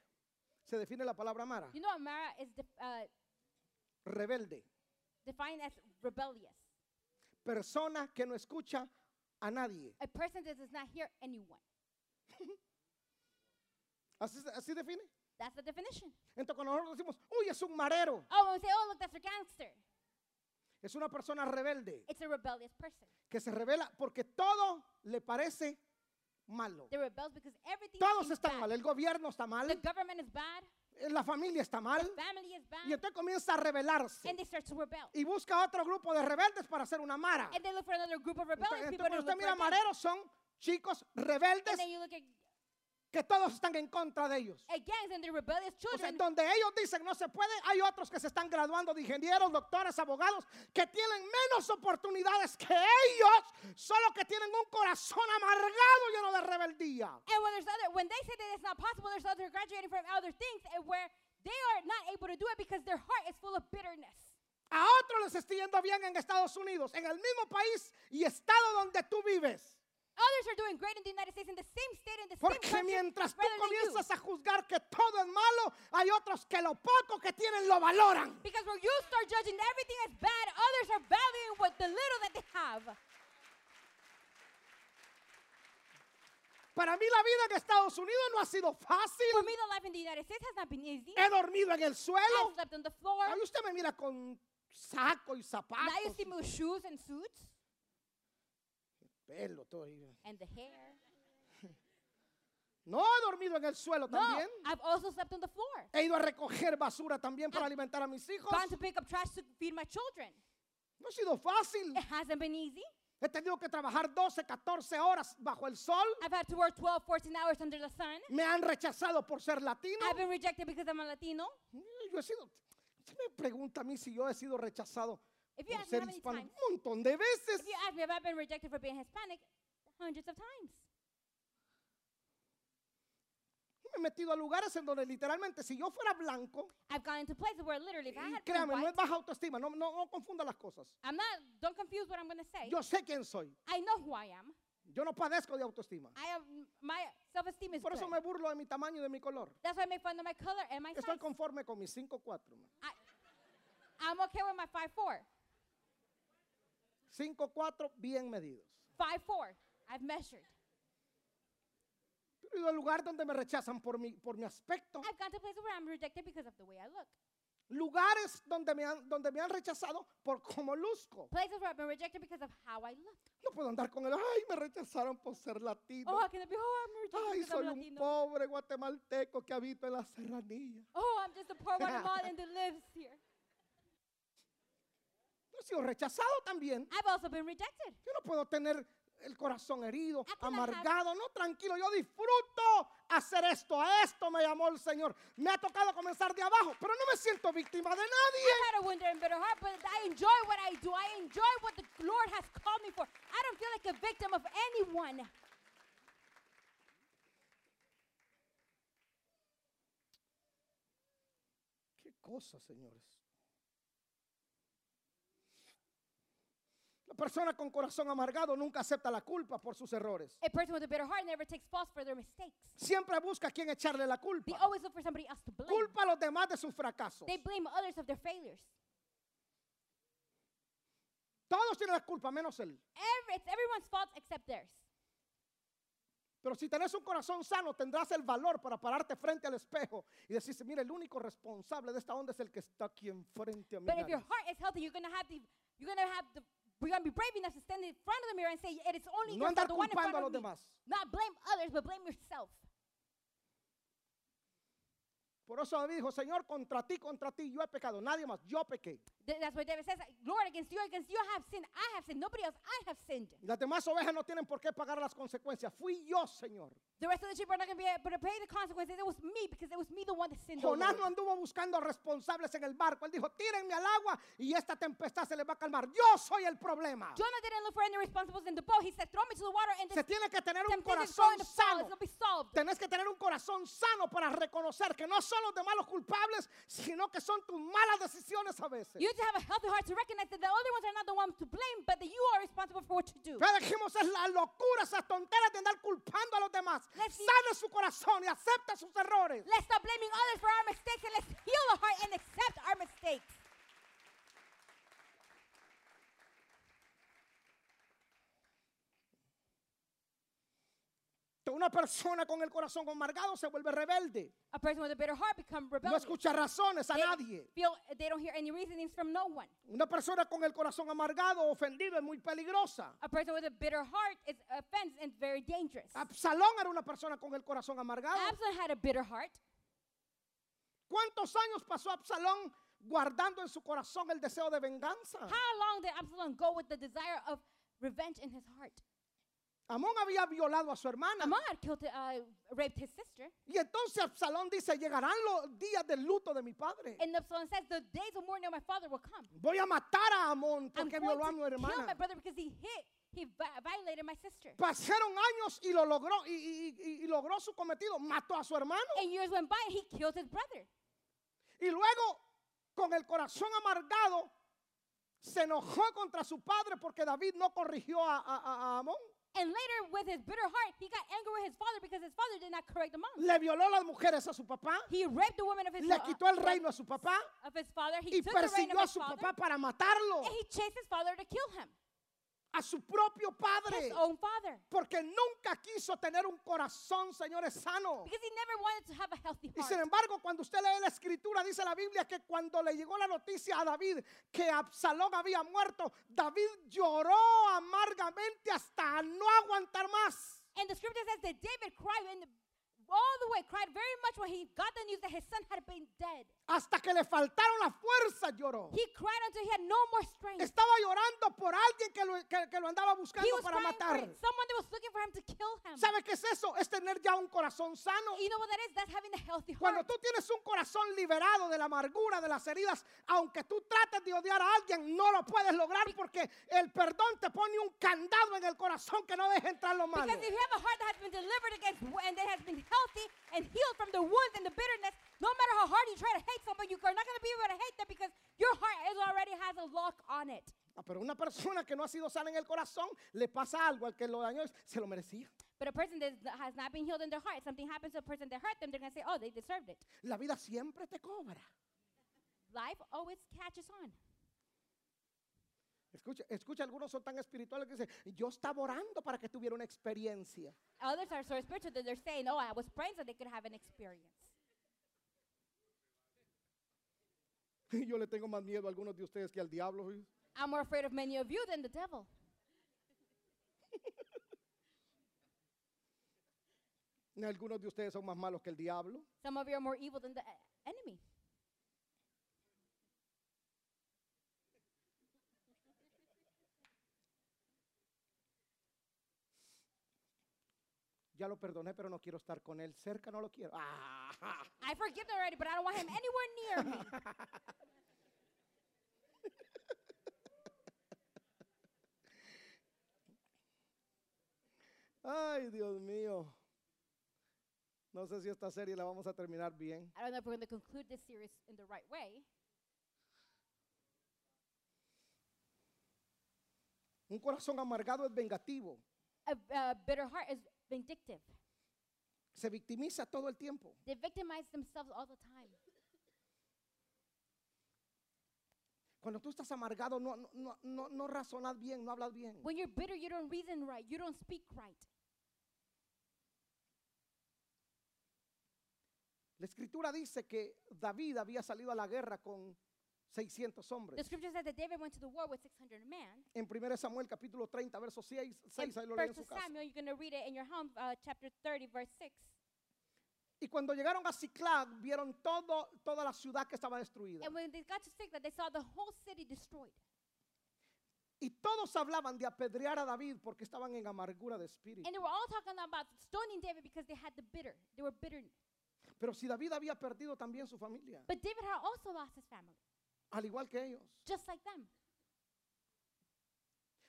se define la palabra Mara?
You know what Mara is def- uh,
Rebelde.
defined as rebellious,
Persona que no escucha a nadie.
a person that does not hear anyone.
Así, se- así define.
That's the definition.
Entonces, cuando nosotros decimos, uy, es un marero,
Oh, and we say, oh, look, that's a gangster.
es una persona rebelde
It's a rebellious person.
que se revela porque todo le parece malo.
They rebels because everything
Todos
seems
están mal, ¿eh?
bad.
el gobierno está
The
mal,
government is bad.
la familia está mal,
Family is bad.
y entonces comienza a rebelarse
And they start to rebel.
y busca otro grupo de rebeldes para hacer una mara.
And they look for another group of
Entonces,
rebellious
entonces,
people to
cuando usted
look
mira
for them.
mareros son chicos
And
rebeldes
then you look at,
que todos están en contra de ellos.
at gangs and the rebellious
O sea,
children.
donde ellos dicen no se puede, hay otros que se están graduando de ingenieros, doctores, abogados, que tienen menos oportunidades que ellos, solo que tienen un corazón amargado lleno de rebeldía.
and when there's other, when they say that it's not possible, there's others graduating from other things and where they are not able to do it because their heart is full of bitterness.
A otros les está yendo bien en Estados Unidos, en el mismo país y estado donde tú vives.
Others are doing great in the United States in the same state in the same
Porque
country
mientras tú
rather than you.
comienzas a juzgar que todo es malo, hay otros que lo poco que tienen lo valoran.
Because where you start judging everything as bad, others are valuing what the little that they have.
Para mí la vida en Estados Unidos no ha sido
For
fácil.
me, the life in the United States has not been easy.
He dormido en el
I've
suelo.
slept on the floor.
Ahí usted me mira con saco y zapatos,
Now you see me with shoes and suits
pelo, todo. ahí.
and the hair.
No he dormido en el suelo
No,
también.
I've also slept on the floor.
He ido a recoger basura también para alimentar a mis hijos.
Gone to pick up trash to feed my children.
No ha sido fácil.
It hasn't been easy.
He tenido que trabajar 12, 14 horas bajo el sol.
I've had to work 12, 14 hours under the sun.
Me han rechazado por ser latino.
I've been rejected because I'm a Latino.
Eh, Yo he sido. Usted me pregunta a mí si yo he sido rechazado
If you
por
ask me
ser
how many
hispano un
times,
montón de veces.
if you ask me if I've been rejected for being Hispanic, hundreds of times.
Me he metido a lugares en donde literalmente si yo fuera blanco,
I've gone into places where literally if I
y
had been
créame, no es
white,
baja autoestima, no, no, no confunda las cosas.
I'm not, don't confuse what I'm going to say.
Yo sé quién soy.
I know who I am.
Yo no padezco de autoestima.
I am, my self-esteem is
Por eso
good.
me burlo de mi tamaño y de mi color.
That's why I make fun of my color and my
Estoy
size.
conforme con mis 5'4. man.
I, I'm okay with my 5'4".
5'4 bien medidos.
5'4". I've measured.
Pero he ido a lugares donde me rechazan por mi, por mi aspecto.
I've gone to places where I'm rejected because of the way I look.
Lugares donde me han, donde me han rechazado por cómo luzco.
Places where I've been rejected because of how I look.
No puedo andar con el, ay, me rechazaron por ser latino.
Oh, how can it be? Oh, I'm rejected
Ay,
because I'm
soy un
Latino.
pobre guatemalteco que habito en la serranía.
Oh, I'm just a poor Guatemalan that lives here.
Yo he sido rechazado también.
I've also been rejected.
Yo no puedo tener el corazón herido,
Ah, claro,
amargado. No, tranquilo, yo disfruto hacer esto. A esto me llamó el Señor. Me ha tocado comenzar de abajo, pero no me siento víctima de nadie.
I've had a wounded and bitter heart, but I enjoy what I do. I enjoy what the Lord has called me for. I don't feel like a victim of anyone.
Qué cosa, señores. La persona con corazón amargado nunca acepta la culpa por sus errores.
A person with a bitter heart never takes fault for their mistakes.
Siempre busca a quien echarle la
They
culpa.
always look for somebody else to blame.
Culpa a los demás de sus fracasos.
They blame others of their failures.
Todos tienen la culpa, menos él.
Every, it's everyone's fault except theirs.
Pero si tenés un corazón sano, tendrás el valor para pararte frente al espejo y decirse, mira, el único responsable de esta onda es el que está aquí enfrente a mí.
But if your heart is healthy, you're gonna have the you're gonna have the we're gonna be brave enough to stand in front of the mirror and say it is only
No
yourself,
andar
the one in front
culpando a los
of me."
demás.
Not blame others, but blame yourself.
Por eso David dijo, Señor, contra ti, contra ti, yo he pecado, nadie más, yo pequé.
Th- That's what David says. Lord, against you, against you I have sinned. I have sinned. Nobody else. I have sinned.
Las demás ovejas no tienen por qué pagar las consecuencias. Fui yo, Señor.
The rest of the sheep are not gonna be able to pay the consequences. It was me because it was me the one that sinned. oh
Jonás
Lord.
no anduvo buscando responsables en el barco. Él dijo, tírenme al agua y esta tempestad se les va a calmar. Yo soy el problema.
Jonah didn't look for any responsibles in the boat. He said, "Throw me to the water, and
Se
this
tiene que tener un
temptation is
corazón
going to fall. It's
sano.
gonna be solved."
Tenés que tener un corazón sano para reconocer que no son los demás los culpables, sino que son tus malas decisiones a veces.
You need to have a healthy heart to recognize that the other ones are not the ones to blame, but that you are responsible for what you do.
Ya dijimos, es la locura, esas tonteras de andar culpando a los demás.
Let's see.
Sane su corazón y acepta sus errores.
Let's stop blaming others for our mistakes and let's heal the heart and accept our mistakes.
Una persona con el corazón amargado se vuelve rebelde.
A person with a bitter heart become
No
rebellious.
escucha razones a
They
nadie.
feel they don't hear any reasonings from no one.
Una persona con el corazón amargado, ofendido, es muy peligrosa.
A person with a bitter heart is offense and very dangerous.
Absalón era una persona con el corazón amargado.
Absalom had a bitter heart.
¿Cuántos años pasó Absalón guardando en su corazón el deseo de venganza?
How long did Absalom go with the desire of revenge in his heart?
Amón había violado a su hermana.
Amon had killed, uh, raped his sister.
Y entonces Absalón dice, llegarán los días del luto de mi padre.
And Absalom says, The days of mourning of my father will come.
Voy a matar a Amón
I'm
porque
going
violó a mi
to kill my
hermana.
brother because he hit, he vi- violated my sister.
Pasaron años y lo logró y, y- y- y logró su cometido. Mató a su hermano
And years went by and he killed his brother.
y luego con el corazón amargado se enojó contra su padre porque David no corrigió a, a- a- a Amón.
And later, with his bitter heart, he got angry with his father because his father did not correct the mom.
Le violó las mujeres a su papá,
He raped the woman of his
le
fa-
quitó el
uh,
reino a su papá
of his father. He
y
took the reign
persiguió
of
a
his
su
father,
papá para matarlo,
and he chased his father to kill him,
a su propio padre.
his own father,
Porque nunca quiso tener un corazón, señores, sano.
because he never wanted to have a healthy
Y sin
heart.
embargo, cuando usted lee la escritura, dice la Biblia que cuando le llegó la noticia a David que Absalón había muerto, David lloró amargamente hasta no aguantar más.
And the scripture says that David cried and all the way, cried very much when he got the news that his son had been dead.
Hasta que le faltaron las fuerzas lloró.
He cried until he had no more strength.
Estaba llorando por alguien que lo, que- que lo andaba buscando
He was
para
crying for
matar.
someone that was looking for him to kill him.
¿Sabe qué es eso? Es tener ya un corazón sano.
You know what that is? That's having a healthy
Cuando
heart.
tú tienes un corazón liberado de la amargura, de las heridas, aunque tú trates de odiar a alguien, no lo puedes lograr porque el perdón te pone un candado en el corazón que no deja entrar lo malo.
Because if you have a heart that has been delivered against and that has been healthy and healed from the wounds and the bitterness, no matter how hard you try to hate someone, you are not going to be able to hate them because your heart is already has a lock on it.
Ah, Pero una persona que no ha sido sana en el corazón, le pasa algo al que lo dañó, se lo merecía.
But a person that has not been healed in their heart, something happens to a person that hurt them, they're going to say, oh, they deserved it.
La vida siempre te cobra.
Life always catches on.
Escucha, escucha, algunos son tan espirituales que dicen, yo estaba orando para que tuviera una experiencia.
Others are so spiritual that they're saying, oh, I was praying so they could have an experience.
Yo le tengo más miedo a algunos de ustedes que al diablo. ¿sí?
I'm more afraid of many of you than the devil.
Algunos de ustedes son más malos que el diablo.
Some of you are more evil than the e- enemy.
Ya lo perdoné, pero no quiero estar con él. Cerca no lo quiero. Ah,
I forgive them already, but I don't want him anywhere near me.
Ay, Dios mío. No sé si esta serie la vamos a terminar bien.
I don't know if we're going to conclude this series in the right way.
Un corazón amargado es vengativo.
A, a bitter heart is vindictive.
Se victimiza todo el tiempo.
They victimize themselves all the time.
Cuando tú estás amargado, no, no- no, no, no razonas bien, no hablas bien.
When you're bitter, you don't reason right. You don't speak right.
La escritura dice que David había salido a la guerra con 600
The
hombres.
scripture says that David went to the war with 600 men.
En 1 Samuel capítulo 30, verso 6,
In
6 ahí lo leen en
First
su casa.
Samuel, you're going to read it in your home, uh, chapter 30, verse 6.
Y cuando llegaron a Ciclag, vieron todo, toda la ciudad que estaba destruida.
And when they got to Sigla, they saw the whole city destroyed.
Y todos hablaban de apedrear a David porque estaban en amargura de espíritu.
And they were all talking about stoning David because they had the bitter. They were bitter.
Pero si David había perdido también su familia,
But David had also lost his family,
al igual que ellos.
just like them.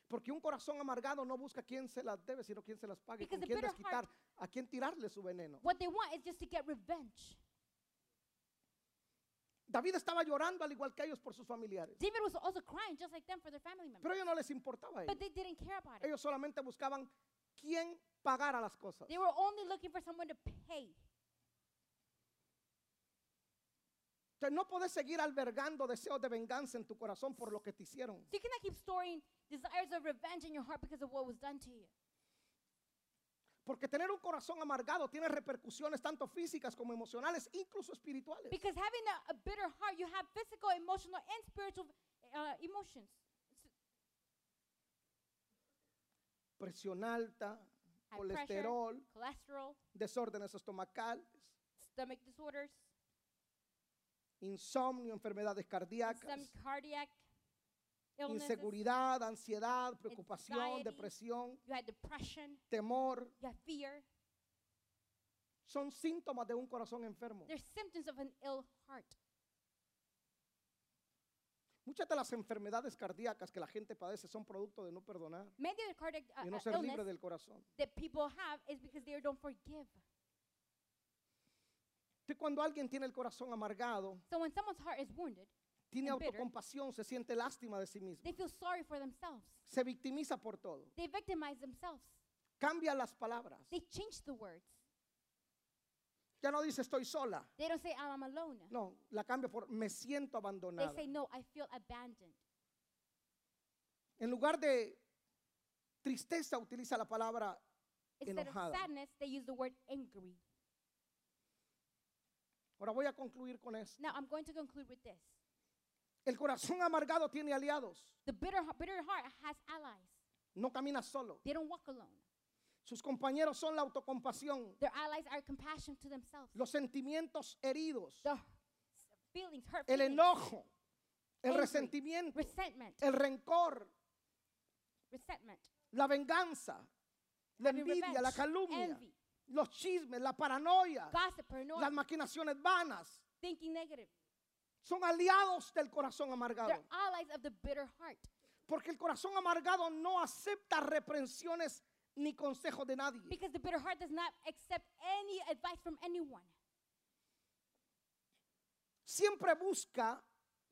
Porque un corazón amargado no busca quién se las debe, sino quién se las pague,
Because
con
a
quién
bitter
desquitar, a quién tirarle su veneno.
What they want is just to get revenge.
David estaba llorando al igual que ellos por sus familiares.
David was also crying just like them for their family members.
Pero a ellos no les importaba a ellos.
But they didn't care about it.
Ellos solamente buscaban quién pagara las cosas.
They were only looking for someone to pay.
Entonces, no podés seguir albergando deseos de venganza en tu corazón por lo que te hicieron.
So you cannot keep storing desires of revenge in your heart because of what was done to you.
Porque tener un corazón amargado tiene repercusiones tanto físicas como emocionales, incluso espirituales.
Because having a, a bitter heart, you have physical, emotional, and spiritual uh, emotions.
Presión alta,
High
colesterol,
pressure, cholesterol,
desórdenes estomacales,
stomach disorders,
insomnio, enfermedades cardíacas,
some cardiac illnesses.
inseguridad, ansiedad, preocupación,
anxiety.
depresión,
You had depression.
temor.
You had fear.
Son síntomas de un corazón enfermo.
They're symptoms of an ill heart.
Muchas de las enfermedades cardíacas que la gente padece son producto de no perdonar
Many of the cardiac uh,
y no
uh,
ser libre
illness
del corazón.
that people have is because they don't forgive.
Entonces, cuando alguien tiene el corazón amargado,
So when someone's heart is wounded,
tiene
And bitter.
autocompasión, se siente lástima de sí mismo,
they feel sorry for themselves.
se victimiza por todo,
They victimize themselves.
cambia las palabras.
They change the words.
Ya no dice estoy sola,
They don't say, "Ah, I'm alone.
no, la cambia por me siento
They
abandonada.
say, No, I feel abandoned.
En lugar de tristeza utiliza la palabra
Instead
Enojada.
of sadness, they use the word angry.
Ahora voy a concluir con esto.
Now, I'm going to conclude with this
El corazón amargado tiene aliados.
the bitter, bitter heart has allies,
No camina solo.
they don't walk alone.
Sus compañeros son la autocompasión,
Their allies are compassion to themselves.
los sentimientos heridos,
The feelings, hurt
el
feelings,
enojo, el
Angry.
resentimiento,
resentment,
el rencor,
resentment,
la venganza, la
having
envidia, la
revenge,
calumnia, ah,
envy,
los chismes, la paranoia,
gossip, paranoia,
las maquinaciones vanas.
thinking negative.
Son aliados del corazón amargado.
They're allies of the bitter heart
Porque el corazón amargado no acepta reprensiones ni consejos de nadie.
because the bitter heart does not accept any advice from anyone.
Siempre busca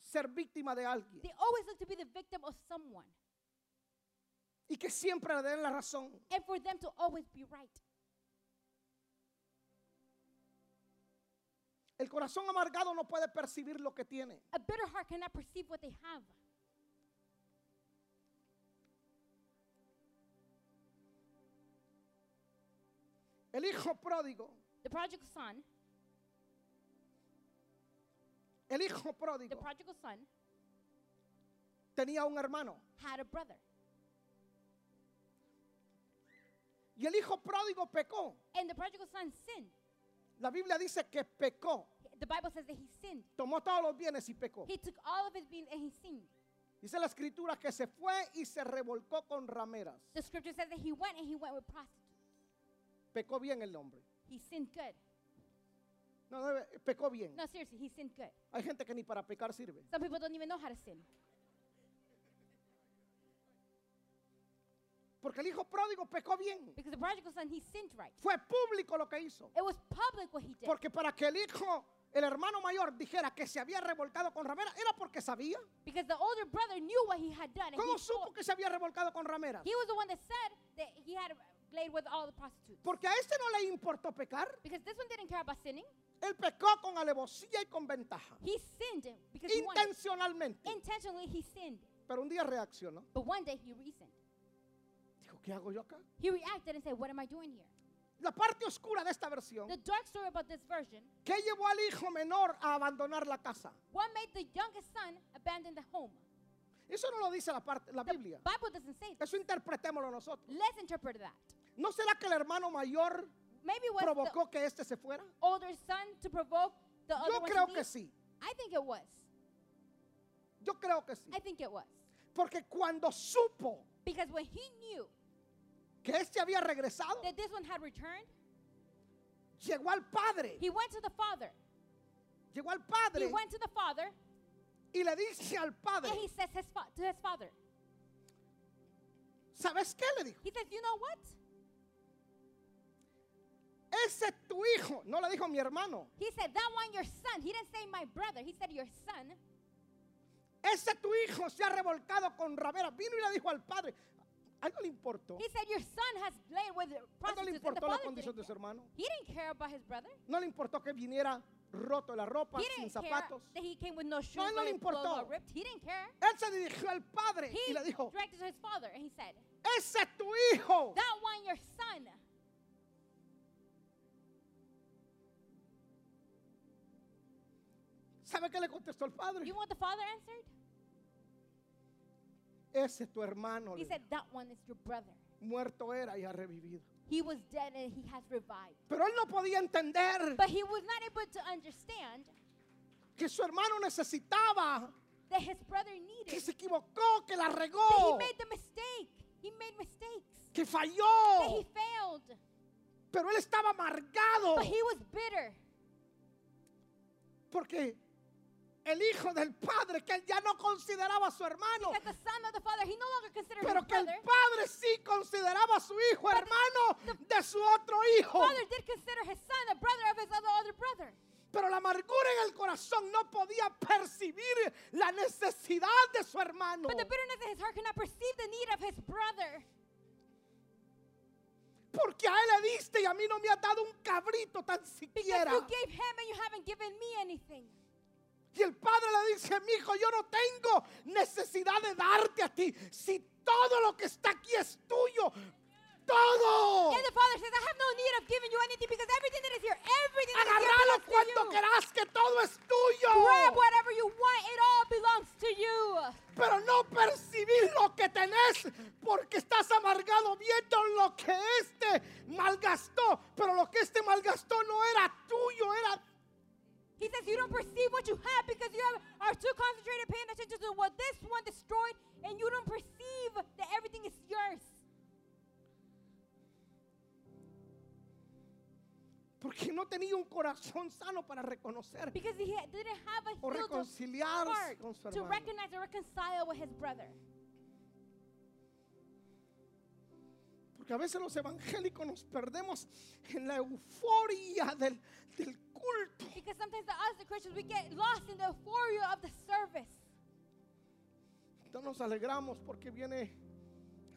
ser víctima de alguien
They always look to be the victim of someone
y que siempre le den la razón.
and for them to always be right.
El corazón amargado no puede percibir lo que tiene.
A bitter heart cannot perceive what they have.
El hijo pródigo,
The prodigal son,
el hijo
the
pródigo
prodigal son
tenía un hermano
had a brother.
y el hijo pródigo pecó.
And the prodigal son sinned.
La Biblia dice que pecó,
The Bible says that he sinned.
tomó todos los bienes y pecó.
He took all of his beings and he sinned.
Dice la escritura que se fue y se revolcó con rameras.
The scripture says that he went and he went with prostitutes.
Pecó bien el hombre.
He sinned good.
No, no, pecó bien.
No, seriously, he sinned good.
Hay gente que ni para pecar sirve.
Some people don't even know how to sin.
Porque el hijo pródigo pecó bien.
Because the prodigal son, he sinned right.
Fue público lo que hizo.
It was public what he did.
Porque para que el hijo, el hermano mayor, dijera que se había revolcado con rameras, era porque sabía.
Because the older brother knew what he had done. And he,
¿Cómo supo que se había revolcado con rameras?
he was the one that said that he had laid with all the prostitutes.
Porque a este no le importó pecar.
Because this one didn't care about sinning.
Él pecó con alevosía y con ventaja.
He sinned because he wanted.
Intencionalmente.
Intentionally, he sinned.
Pero un día reaccionó.
But one day he reasoned.
Dijo, ¿qué hago yo acá?
He reacted and said, What am I doing here?
La parte oscura de esta versión.
The dark story about this version
¿Qué llevó al hijo menor a abandonar la casa?
what made the youngest son abandon the home?
Eso no lo dice la, parte, la
The
Biblia.
Bible doesn't say that.
Eso interpretémoslo nosotros.
Let's interpret that.
¿No será que el hermano mayor
Maybe it was the
provocó que este se fuera?
older son to provoke the other
Yo
one to
creo
leave?
que sí.
I think it was.
Yo creo que sí.
I think it was.
Porque cuando supo
Because when he knew
que este había regresado,
that this one had returned,
llegó al padre.
he went to the father.
Llegó al
He
padre
went to the father
y le dice al padre,
and he says his fa- to his father,
¿sabes qué le dijo?
he says, You know what?
Ese es tu hijo. No le dijo mi hermano.
He said, That one, your son. He didn't say my brother. He said, Your son.
Ese es tu hijo se ha revolcado con rameras. Vino y le dijo al padre, a él no le importó.
He said, Your son has laid with
A él no le
prostitutes. And the
importó la
father
condición de su
didn't care.
hermano.
He didn't care about his brother.
No le importó que viniera roto la ropa,
He
sin
didn't care
zapatos.
that he came with no shoes
no
or
le
his clothes
importó.
all ripped. He didn't care.
Él se dirigió al padre
He
y le dijo,
directed to his father and he said,
ese es tu hijo.
That one, your son.
¿Sabe qué le contestó el padre?
You want the father answered?
Ese es tu hermano.
He
le
said, That one is your brother.
dijo. Muerto era y ha revivido.
He was dead and he has revived.
Pero él no podía entender
But he was not able to understand
que su hermano necesitaba,
that his brother
que
needed.
se equivocó, que la
That he
regó,
made the mistake. He made mistakes.
que
That he
falló.
failed.
Pero él estaba amargado
But he was bitter
porque el hijo del padre, que él ya no consideraba a su hermano,
because the son of the father, he no longer considered
pero
his
que el
brother.
padre sí consideraba a su hijo hermano de su otro hijo.
Father did consider his son a brother of his other older brother.
Pero la amargura en el corazón no podía percibir la necesidad de su hermano.
But the bitterness in his heart could not perceive the need of his brother.
Porque a él le diste y a mí no me has dado un cabrito tan
Because
siquiera.
you gave him and you haven't given me anything.
Y el padre le dice, mi hijo, yo no tengo necesidad de darte a ti. Si todo lo que está aquí es tuyo, todo.
And the father says, I have no need of giving you anything because everything that is here, everything that is here
Agárralo
belongs to
cuando
you.
querás, que todo es
Grab
tuyo.
whatever you want. It all belongs to you.
Pero no percibir lo que tenés porque estás amargado viendo lo que este malgastó, pero lo que este malgastó no era tuyo, era
He says, You don't perceive what you have because you have, are too concentrated paying attention to what this one destroyed, and you don't perceive that everything is yours.
porque no tenía un corazón sano para reconocer
Because he had- didn't have a
o
healed
reconciliarse
heart
con su
to
hermano.
recognize and reconcile with his brother.
Porque a veces los evangélicos nos perdemos en la euforia del, del culto.
Because sometimes the, us, the Christians, we get lost in the euphoria of the service.
No nos alegramos porque viene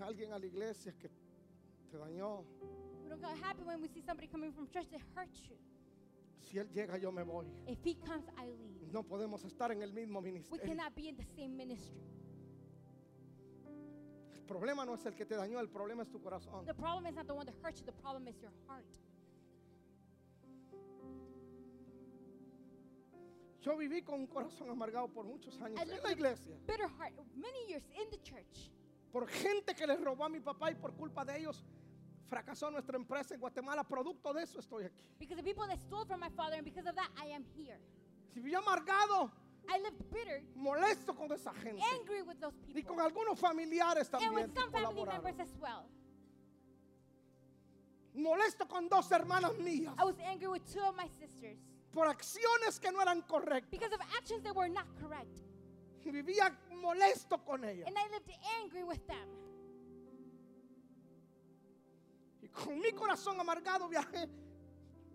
alguien a la iglesia que te dañó.
We don't get happy when we see somebody coming from church that hurt you.
Si él llega, yo me voy.
If he comes, I leave.
No podemos estar en el mismo
We
ministerio.
cannot be in the same ministry.
El problema no es el que te dañó, el problema es tu corazón.
The problem is not the one that hurt you, the problem is your heart.
Yo viví con un corazón amargado por muchos años
I
en
lived
la
with-
iglesia.
Bitter heart, many years in the church.
Por gente que les robó a mi papá y por culpa de ellos fracasó nuestra empresa en Guatemala. Producto de eso estoy aquí.
Because the people that stole from my father, and because of that, I am here.
Si viví amargado,
I lived bitter,
molesto con esa gente.
angry with those
Y con
people,
algunos familiares
and
también
with
que
some family
colaboraron.
members as well.
Molesto con dos hermanas mías
I was angry with two of my sisters
por acciones que no eran correctas.
because of actions that were not correct,
Y vivía molesto con ellas.
and I lived angry with them.
Y con mi corazón amargado viajé.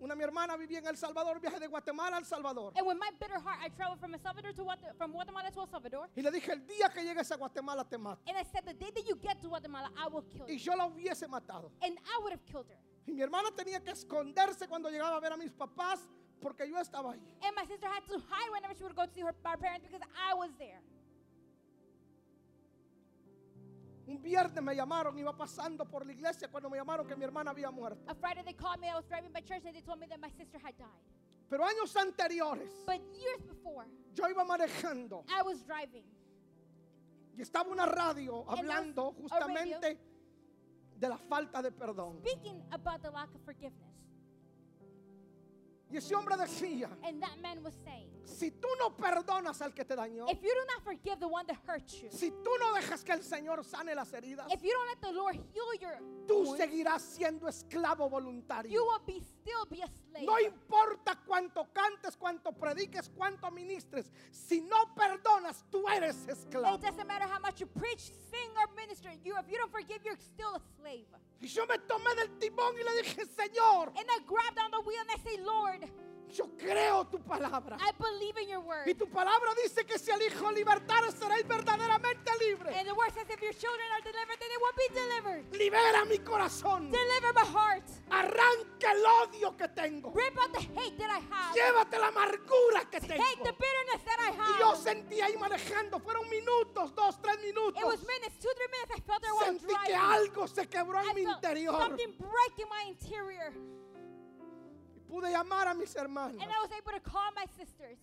Una mi hermana vivía en El Salvador, viajé de Guatemala a El Salvador.
And with my bitter heart, I traveled from El Salvador to Guate- from Guatemala to El Salvador,
Y le dije, el día que llegues a Guatemala te mato.
and I said, the day that you get to Guatemala, I will kill
Y
you,
yo la hubiese matado.
and I would have killed her.
Y mi hermana tenía que esconderse cuando llegaba a ver a mis papás porque yo estaba ahí.
And my sister had to hide whenever she would go to see her our parents because I was there.
Un viernes me llamaron, iba pasando por la iglesia cuando me llamaron que mi hermana había muerto.
A Friday they called me. I was driving by church and they told me that my sister had died.
Pero años anteriores
But years before,
yo iba manejando
I was driving
y estaba una radio
And
hablando
there's a radio.
justamente de la falta de perdón.
speaking about the lack of forgiveness.
Y ese hombre decía,
And that man was saying,
si tú no perdonas al que te dañó,
If you do not forgive the one that hurt you,
si tú no dejas que el Señor sane las heridas,
if you don't let the Lord heal your
tú
wounds,
seguirás siendo esclavo
you
voluntario.
will be still be a slave.
No importa cuánto cantes, cuánto prediques, cuánto ministres, si no perdonas, tú eres esclavo.
It doesn't matter how much you preach, sing, or minister. You, if you don't forgive, you're still a slave.
Y yo me tomé del timón y le dije, Señor,
And I grabbed on the wheel and I say, Lord,
yo creo tu palabra.
I believe in your word.
Y tu palabra dice que si el Hijo libertare, seréis verdaderamente libre.
And the word says, if your children are delivered, then they will be delivered.
Libera mi corazón.
Deliver my heart.
Arranca el odio que tengo.
Rip out the hate that I have.
Llévate la amargura que tengo.
Take the bitterness that I
Y yo
have.
sentí ahí manejando, fueron minutos, dos, tres
It was
minutos.
minutes, two, three minutes. I felt it while
Sentí que
driving.
algo se quebró en mi
I felt
interior.
something break in my interior.
Y Pude llamar a mis
And
hermanos.
I was able to call my sisters.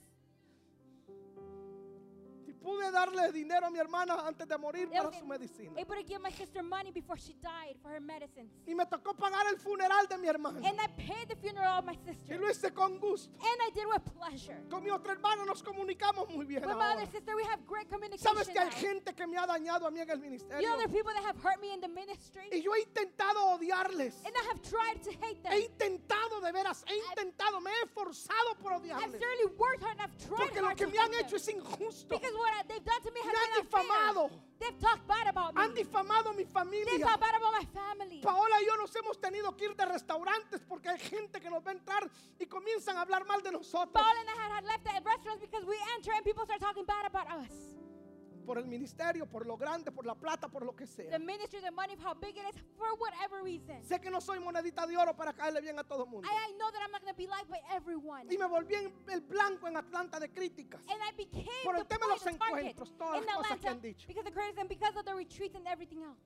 Y pude darle dinero a mi hermana antes de morir
I
para
was
su medicina.
able to give my sister money before she died for her medicines.
Y me tocó pagar el funeral de mi hermana.
And I paid the funeral of my
Y
sister.
lo
And
hice con gusto.
I did with pleasure.
Con mi otra hermana nos comunicamos muy bien.
With my other
ahora.
sister, we have great communication.
Sabes que hay
now.
gente que me ha dañado a mí en el
You
ministerio.
know, there are people that have hurt me in the ministry.
Y yo he intentado odiarles.
And I have tried to hate them.
He intentado de veras, he intentado, me he esforzado por
I've
odiarles.
certainly worked hard and I've tried
Porque lo
hard
que
to
me han
hate
hecho
them.
es injusto.
Because what I- they've done to me has
Me han
been unfair.
difamado.
They've talked bad about me.
Han difamado a mi
They've
familia.
talked bad about my family.
Paola y yo nos hemos tenido que ir de restaurantes porque hay gente que nos va a entrar y comienzan a hablar mal de nosotros
Paul and I had, had left the restaurants because we enter and people start talking bad about us.
por el ministerio, por lo grande, por la plata, por lo que sea.
The ministry, the money, how big it is, for whatever reason.
Sé que no soy monedita de oro para caerle bien a todo el mundo.
I, I know that I'm not going to be liked by everyone.
Y me volví en el blanco en Atlanta de críticas.
And I became
Por el
the
tema de
point
los
of target
encuentros, todas
in
las cosas que
Atlanta
han dicho.
because of criticism, because of the retreats and everything else.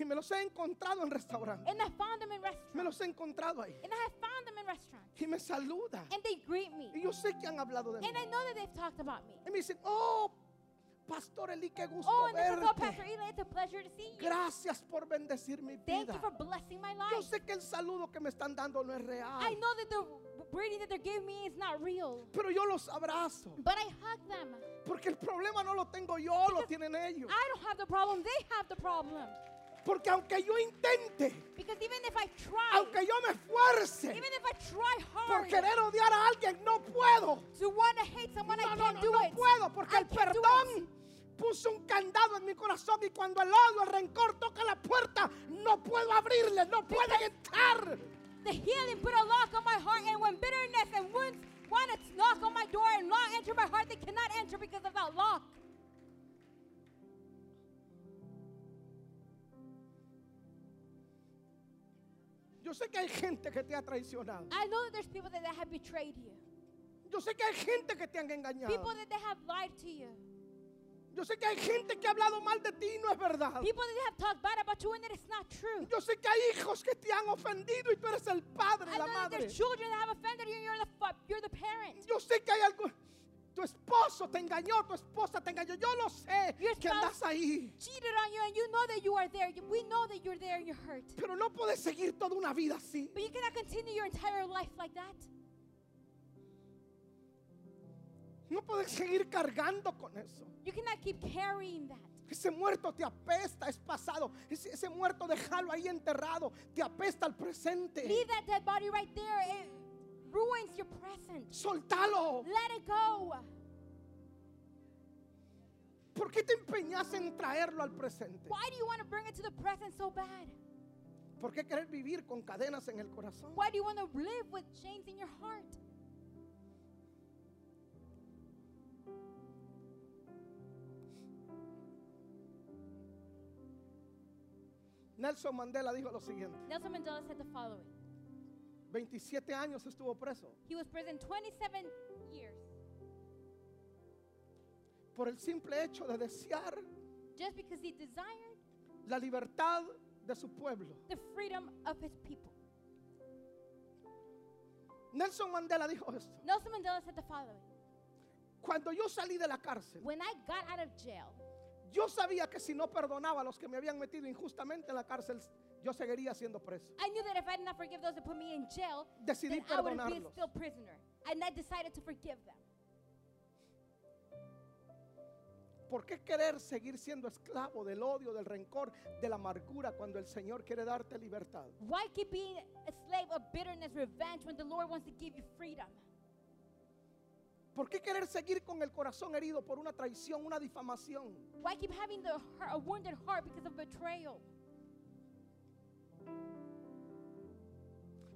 Y me los he encontrado en restaurantes.
And I found them in
Me
restaurants.
los he encontrado ahí.
And I have found them in restaurants.
Y me saluda.
Eh. And they greet me. Eh,
Y yo sé que han hablado de mí.
And I know that they've talked about me.
Y me dicen, oh, Pastor Eli, qué gusto
Oh, and this is all, Pastor
verte.
Eli. It's a pleasure to see you.
Gracias por bendecir mi
Thank
vida.
you for blessing my
Yo
life.
sé que el saludo que me están dando no es real,
I know that the breeding that they're giving me is not real,
pero yo los abrazo.
but I hug them.
Porque el problema no lo tengo yo, lo tienen ellos.
I don't have the problem. They have the problem.
Porque aunque yo intente,
Because even if I try,
aunque yo me esfuerce
even if I try
por
hard
querer odiar a alguien, no puedo.
to want to hate someone,
No,
I
no,
can't
no,
do
no
it.
puedo, porque
I
el
can't do it.
perdón puso un candado en mi corazón y cuando el odio, el rencor toca la puerta, no puedo abrirle, no pueden entrar.
The healing put a lock on my heart, and when bitterness and wounds want to knock on my door and not enter my heart, they cannot enter because of that lock.
Yo sé que hay gente que te ha traicionado.
I know that there's people that, that have betrayed you,
Yo sé que hay gente que te han engañado.
people that they have lied to you,
Yo sé que hay gente que ha hablado mal de ti y no es verdad.
people that they have talked bad about you, and that it's not true.
Yo sé que hay hijos que te han ofendido y tú eres el padre,
I
la
know that
madre.
there's children that have offended you, and you're the fa- you're the parent.
Yo sé que hay algo. Tu esposo te engañó, tu esposa te engañó. Yo lo sé
Your
que
spouse-
andas ahí.
Cheated on you, and you know that you are there. You- We know that you're there, and you're hurt.
Pero no puedes seguir toda una vida así.
But you cannot continue your entire life like that.
No puedes seguir cargando con eso.
You cannot keep carrying that.
Ese muerto te apesta, es pasado. Ese, ese muerto déjalo ahí enterrado. Te apesta al presente.
Leave that dead body right there. It ruins your present.
Soltalo.
Let it go.
¿Por qué te empeñas en traerlo al presente?
Why do you want to bring it to the present so bad?
¿Por qué querer vivir con cadenas en el corazón?
Why do you want to live with chains in your heart?
Nelson Mandela dijo lo siguiente.
Nelson Mandela said the following
27 años estuvo preso
He was prison 27 years
por el simple hecho de desear
just because he desired
la libertad de su pueblo.
the freedom of his people.
Nelson Mandela dijo esto.
Nelson Mandela said the following
Cuando yo salí de la cárcel,
When I got out of jail,
yo sabía que si no perdonaba a los que me habían metido injustamente en la cárcel, yo seguiría siendo preso.
I knew that if I did not forgive those that put me in jail,
Decidí
then I would be
perdonarlos.
still prisoner. And I decided to forgive them.
¿Por qué querer seguir siendo esclavo del odio, del rencor, de la amargura cuando el Señor quiere darte libertad?
Why keep being a slave of bitterness, revenge, when the Lord wants to give you freedom?
¿Por qué querer seguir con el corazón herido por una traición, una difamación?
Why keep having the heart, a wounded heart because of betrayal?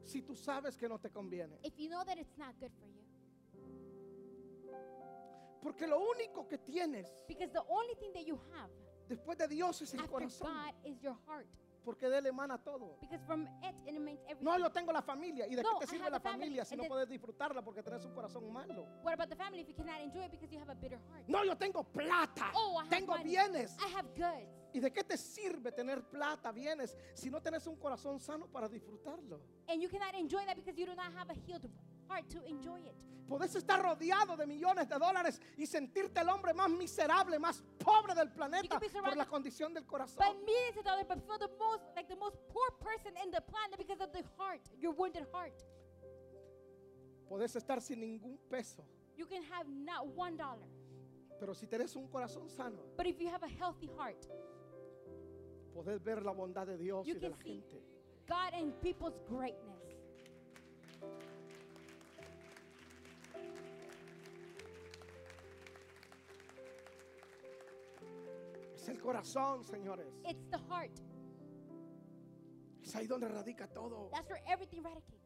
Si tú sabes que no te conviene.
If you know that it's not good for you,
Porque lo único que tienes
because the only thing that you have
después de Dios es el
after
corazón.
God is your heart,
Porque de él emana todo.
because from it it remains everything.
No, yo tengo la familia. ¿Y de
No,
qué te
I
sirve
have
la
a family,
familia si
and
no
then-
puedes disfrutarla porque tenés un corazón malo?
What about the family if you cannot enjoy it because you have a bitter heart?
No, yo tengo plata.
Oh, I have
tengo
money.
bienes.
I have goods.
¿Y de qué te sirve tener plata, bienes, si no tenés un corazón sano para disfrutarlo?
And you cannot enjoy that because you do not have a healed heart to enjoy it.
Podés estar rodeado de millones de dólares y sentirte el hombre más miserable, más pobre del planeta
be
por
surrounded
la condición del
By
corazón.
millions of dollars, but feel the most like the most poor person in the planet because of the heart, your wounded heart.
Podés estar sin ningún peso,
You can have not one dollar.
pero si tenés un corazón sano,
But if you have a healthy heart,
podés ver la bondad de Dios
You
y de
can
la
see.
gente.
God and people's greatness.
Es el corazón, señores.
It's the heart.
Es ahí donde radica todo.
That's where everything radicates.